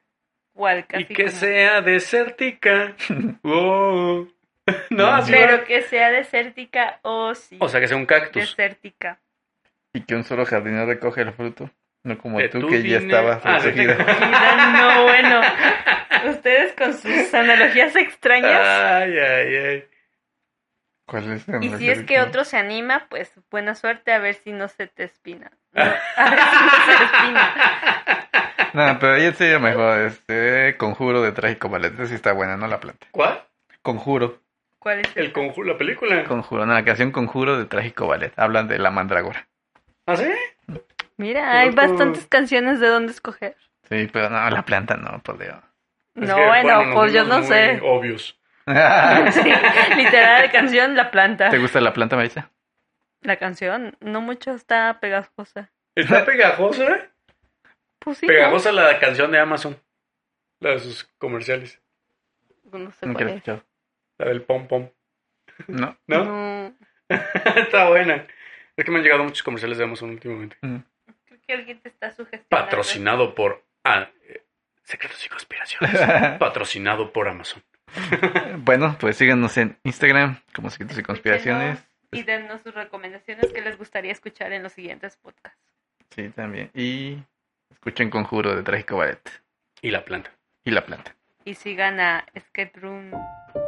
S2: cual casi
S3: y que
S2: como-
S3: sea <laughs> desértica. Oh. <laughs> No, así va.
S2: Pero que sea desértica o sí.
S3: O sea, pues, que sea un cactus.
S2: desértica.
S1: Y que un solo jardinero recoge el fruto. No como
S3: De
S1: tú,
S3: tu
S1: que ya
S3: vine-
S1: estabas
S3: Ah, sí,
S1: protegida.
S3: <laughs>
S2: Mira, no, bueno.
S3: Ah,
S2: Ustedes con sus analogías extrañas.
S3: Ay, ay, ay.
S1: ¿Cuál es el
S2: Y si es que
S1: angelito?
S2: otro se anima, pues buena suerte a ver si no se te espina. No, a ver si no se espina.
S1: No, pero ella sería mejor. Este conjuro de trágico ballet. Esa sí está buena, no la planta.
S3: <laughs> ¿Cuál?
S1: Conjuro.
S2: ¿Cuál es
S3: El
S2: el?
S3: conjuro, la película.
S1: Conjuro. No, la canción Conjuro de trágico ballet. Hablan de la mandrágora.
S3: ¿Ah, sí?
S2: Mira, hay
S3: Loco.
S2: bastantes canciones de dónde escoger.
S1: Sí, pero no, la planta no, por <laughs> Dios.
S2: No,
S3: Es que,
S2: bueno,
S3: nos
S2: pues yo
S3: vimos
S2: no
S3: muy
S2: sé.
S3: Obvios.
S2: <laughs> Sí, literal, la canción, la planta.
S1: ¿Te gusta la planta, Marisa?
S2: La canción, no mucho está pegajosa.
S3: <laughs> Está pegajosa.
S2: Pues sí, ¿no?
S3: Pegajosa la canción de Amazon. La de sus comerciales.
S2: No sé
S1: Nunca la
S2: cuál
S1: he
S2: es.
S1: escuchado.
S3: La del pom pom.
S1: No.
S3: ¿No?
S2: No.
S3: <laughs> Está buena. Es que me han llegado muchos comerciales de Amazon últimamente.
S1: Mm.
S2: Creo que alguien te está sugestionando.
S3: Patrocinado por ah, eh, Secretos
S1: <laughs>
S3: y Conspiraciones. Patrocinado por Amazon.
S1: Mm. Bueno, pues síganos en Instagram como Secretos y Conspiraciones.
S2: Y dennos sus recomendaciones que les gustaría escuchar en los siguientes podcasts.
S1: Sí, también. Y escuchen Conjuro de Trágico Ballet
S3: Y la planta.
S1: y la planta.
S2: Y sigan a Skate Room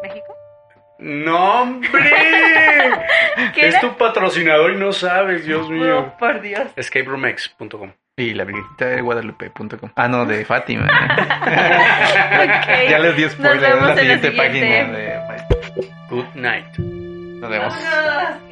S2: México.
S3: ¡No, hombre!
S2: ¿Qué Oh,
S3: es tu patrocinador y no sabes, Dios mío.
S2: por Dios.
S3: <laughs> Escaperoomx.com.
S1: Y la virgencita de guadalupe.com. Ah, no, de Fátima.
S2: Ok.
S1: ya les di spoiler.
S2: Nos
S1: Es
S2: vemos
S1: la
S2: en la
S1: siguiente
S2: siguiente.
S1: página de...
S3: Good night.
S1: Nos vemos.
S2: Vámonos.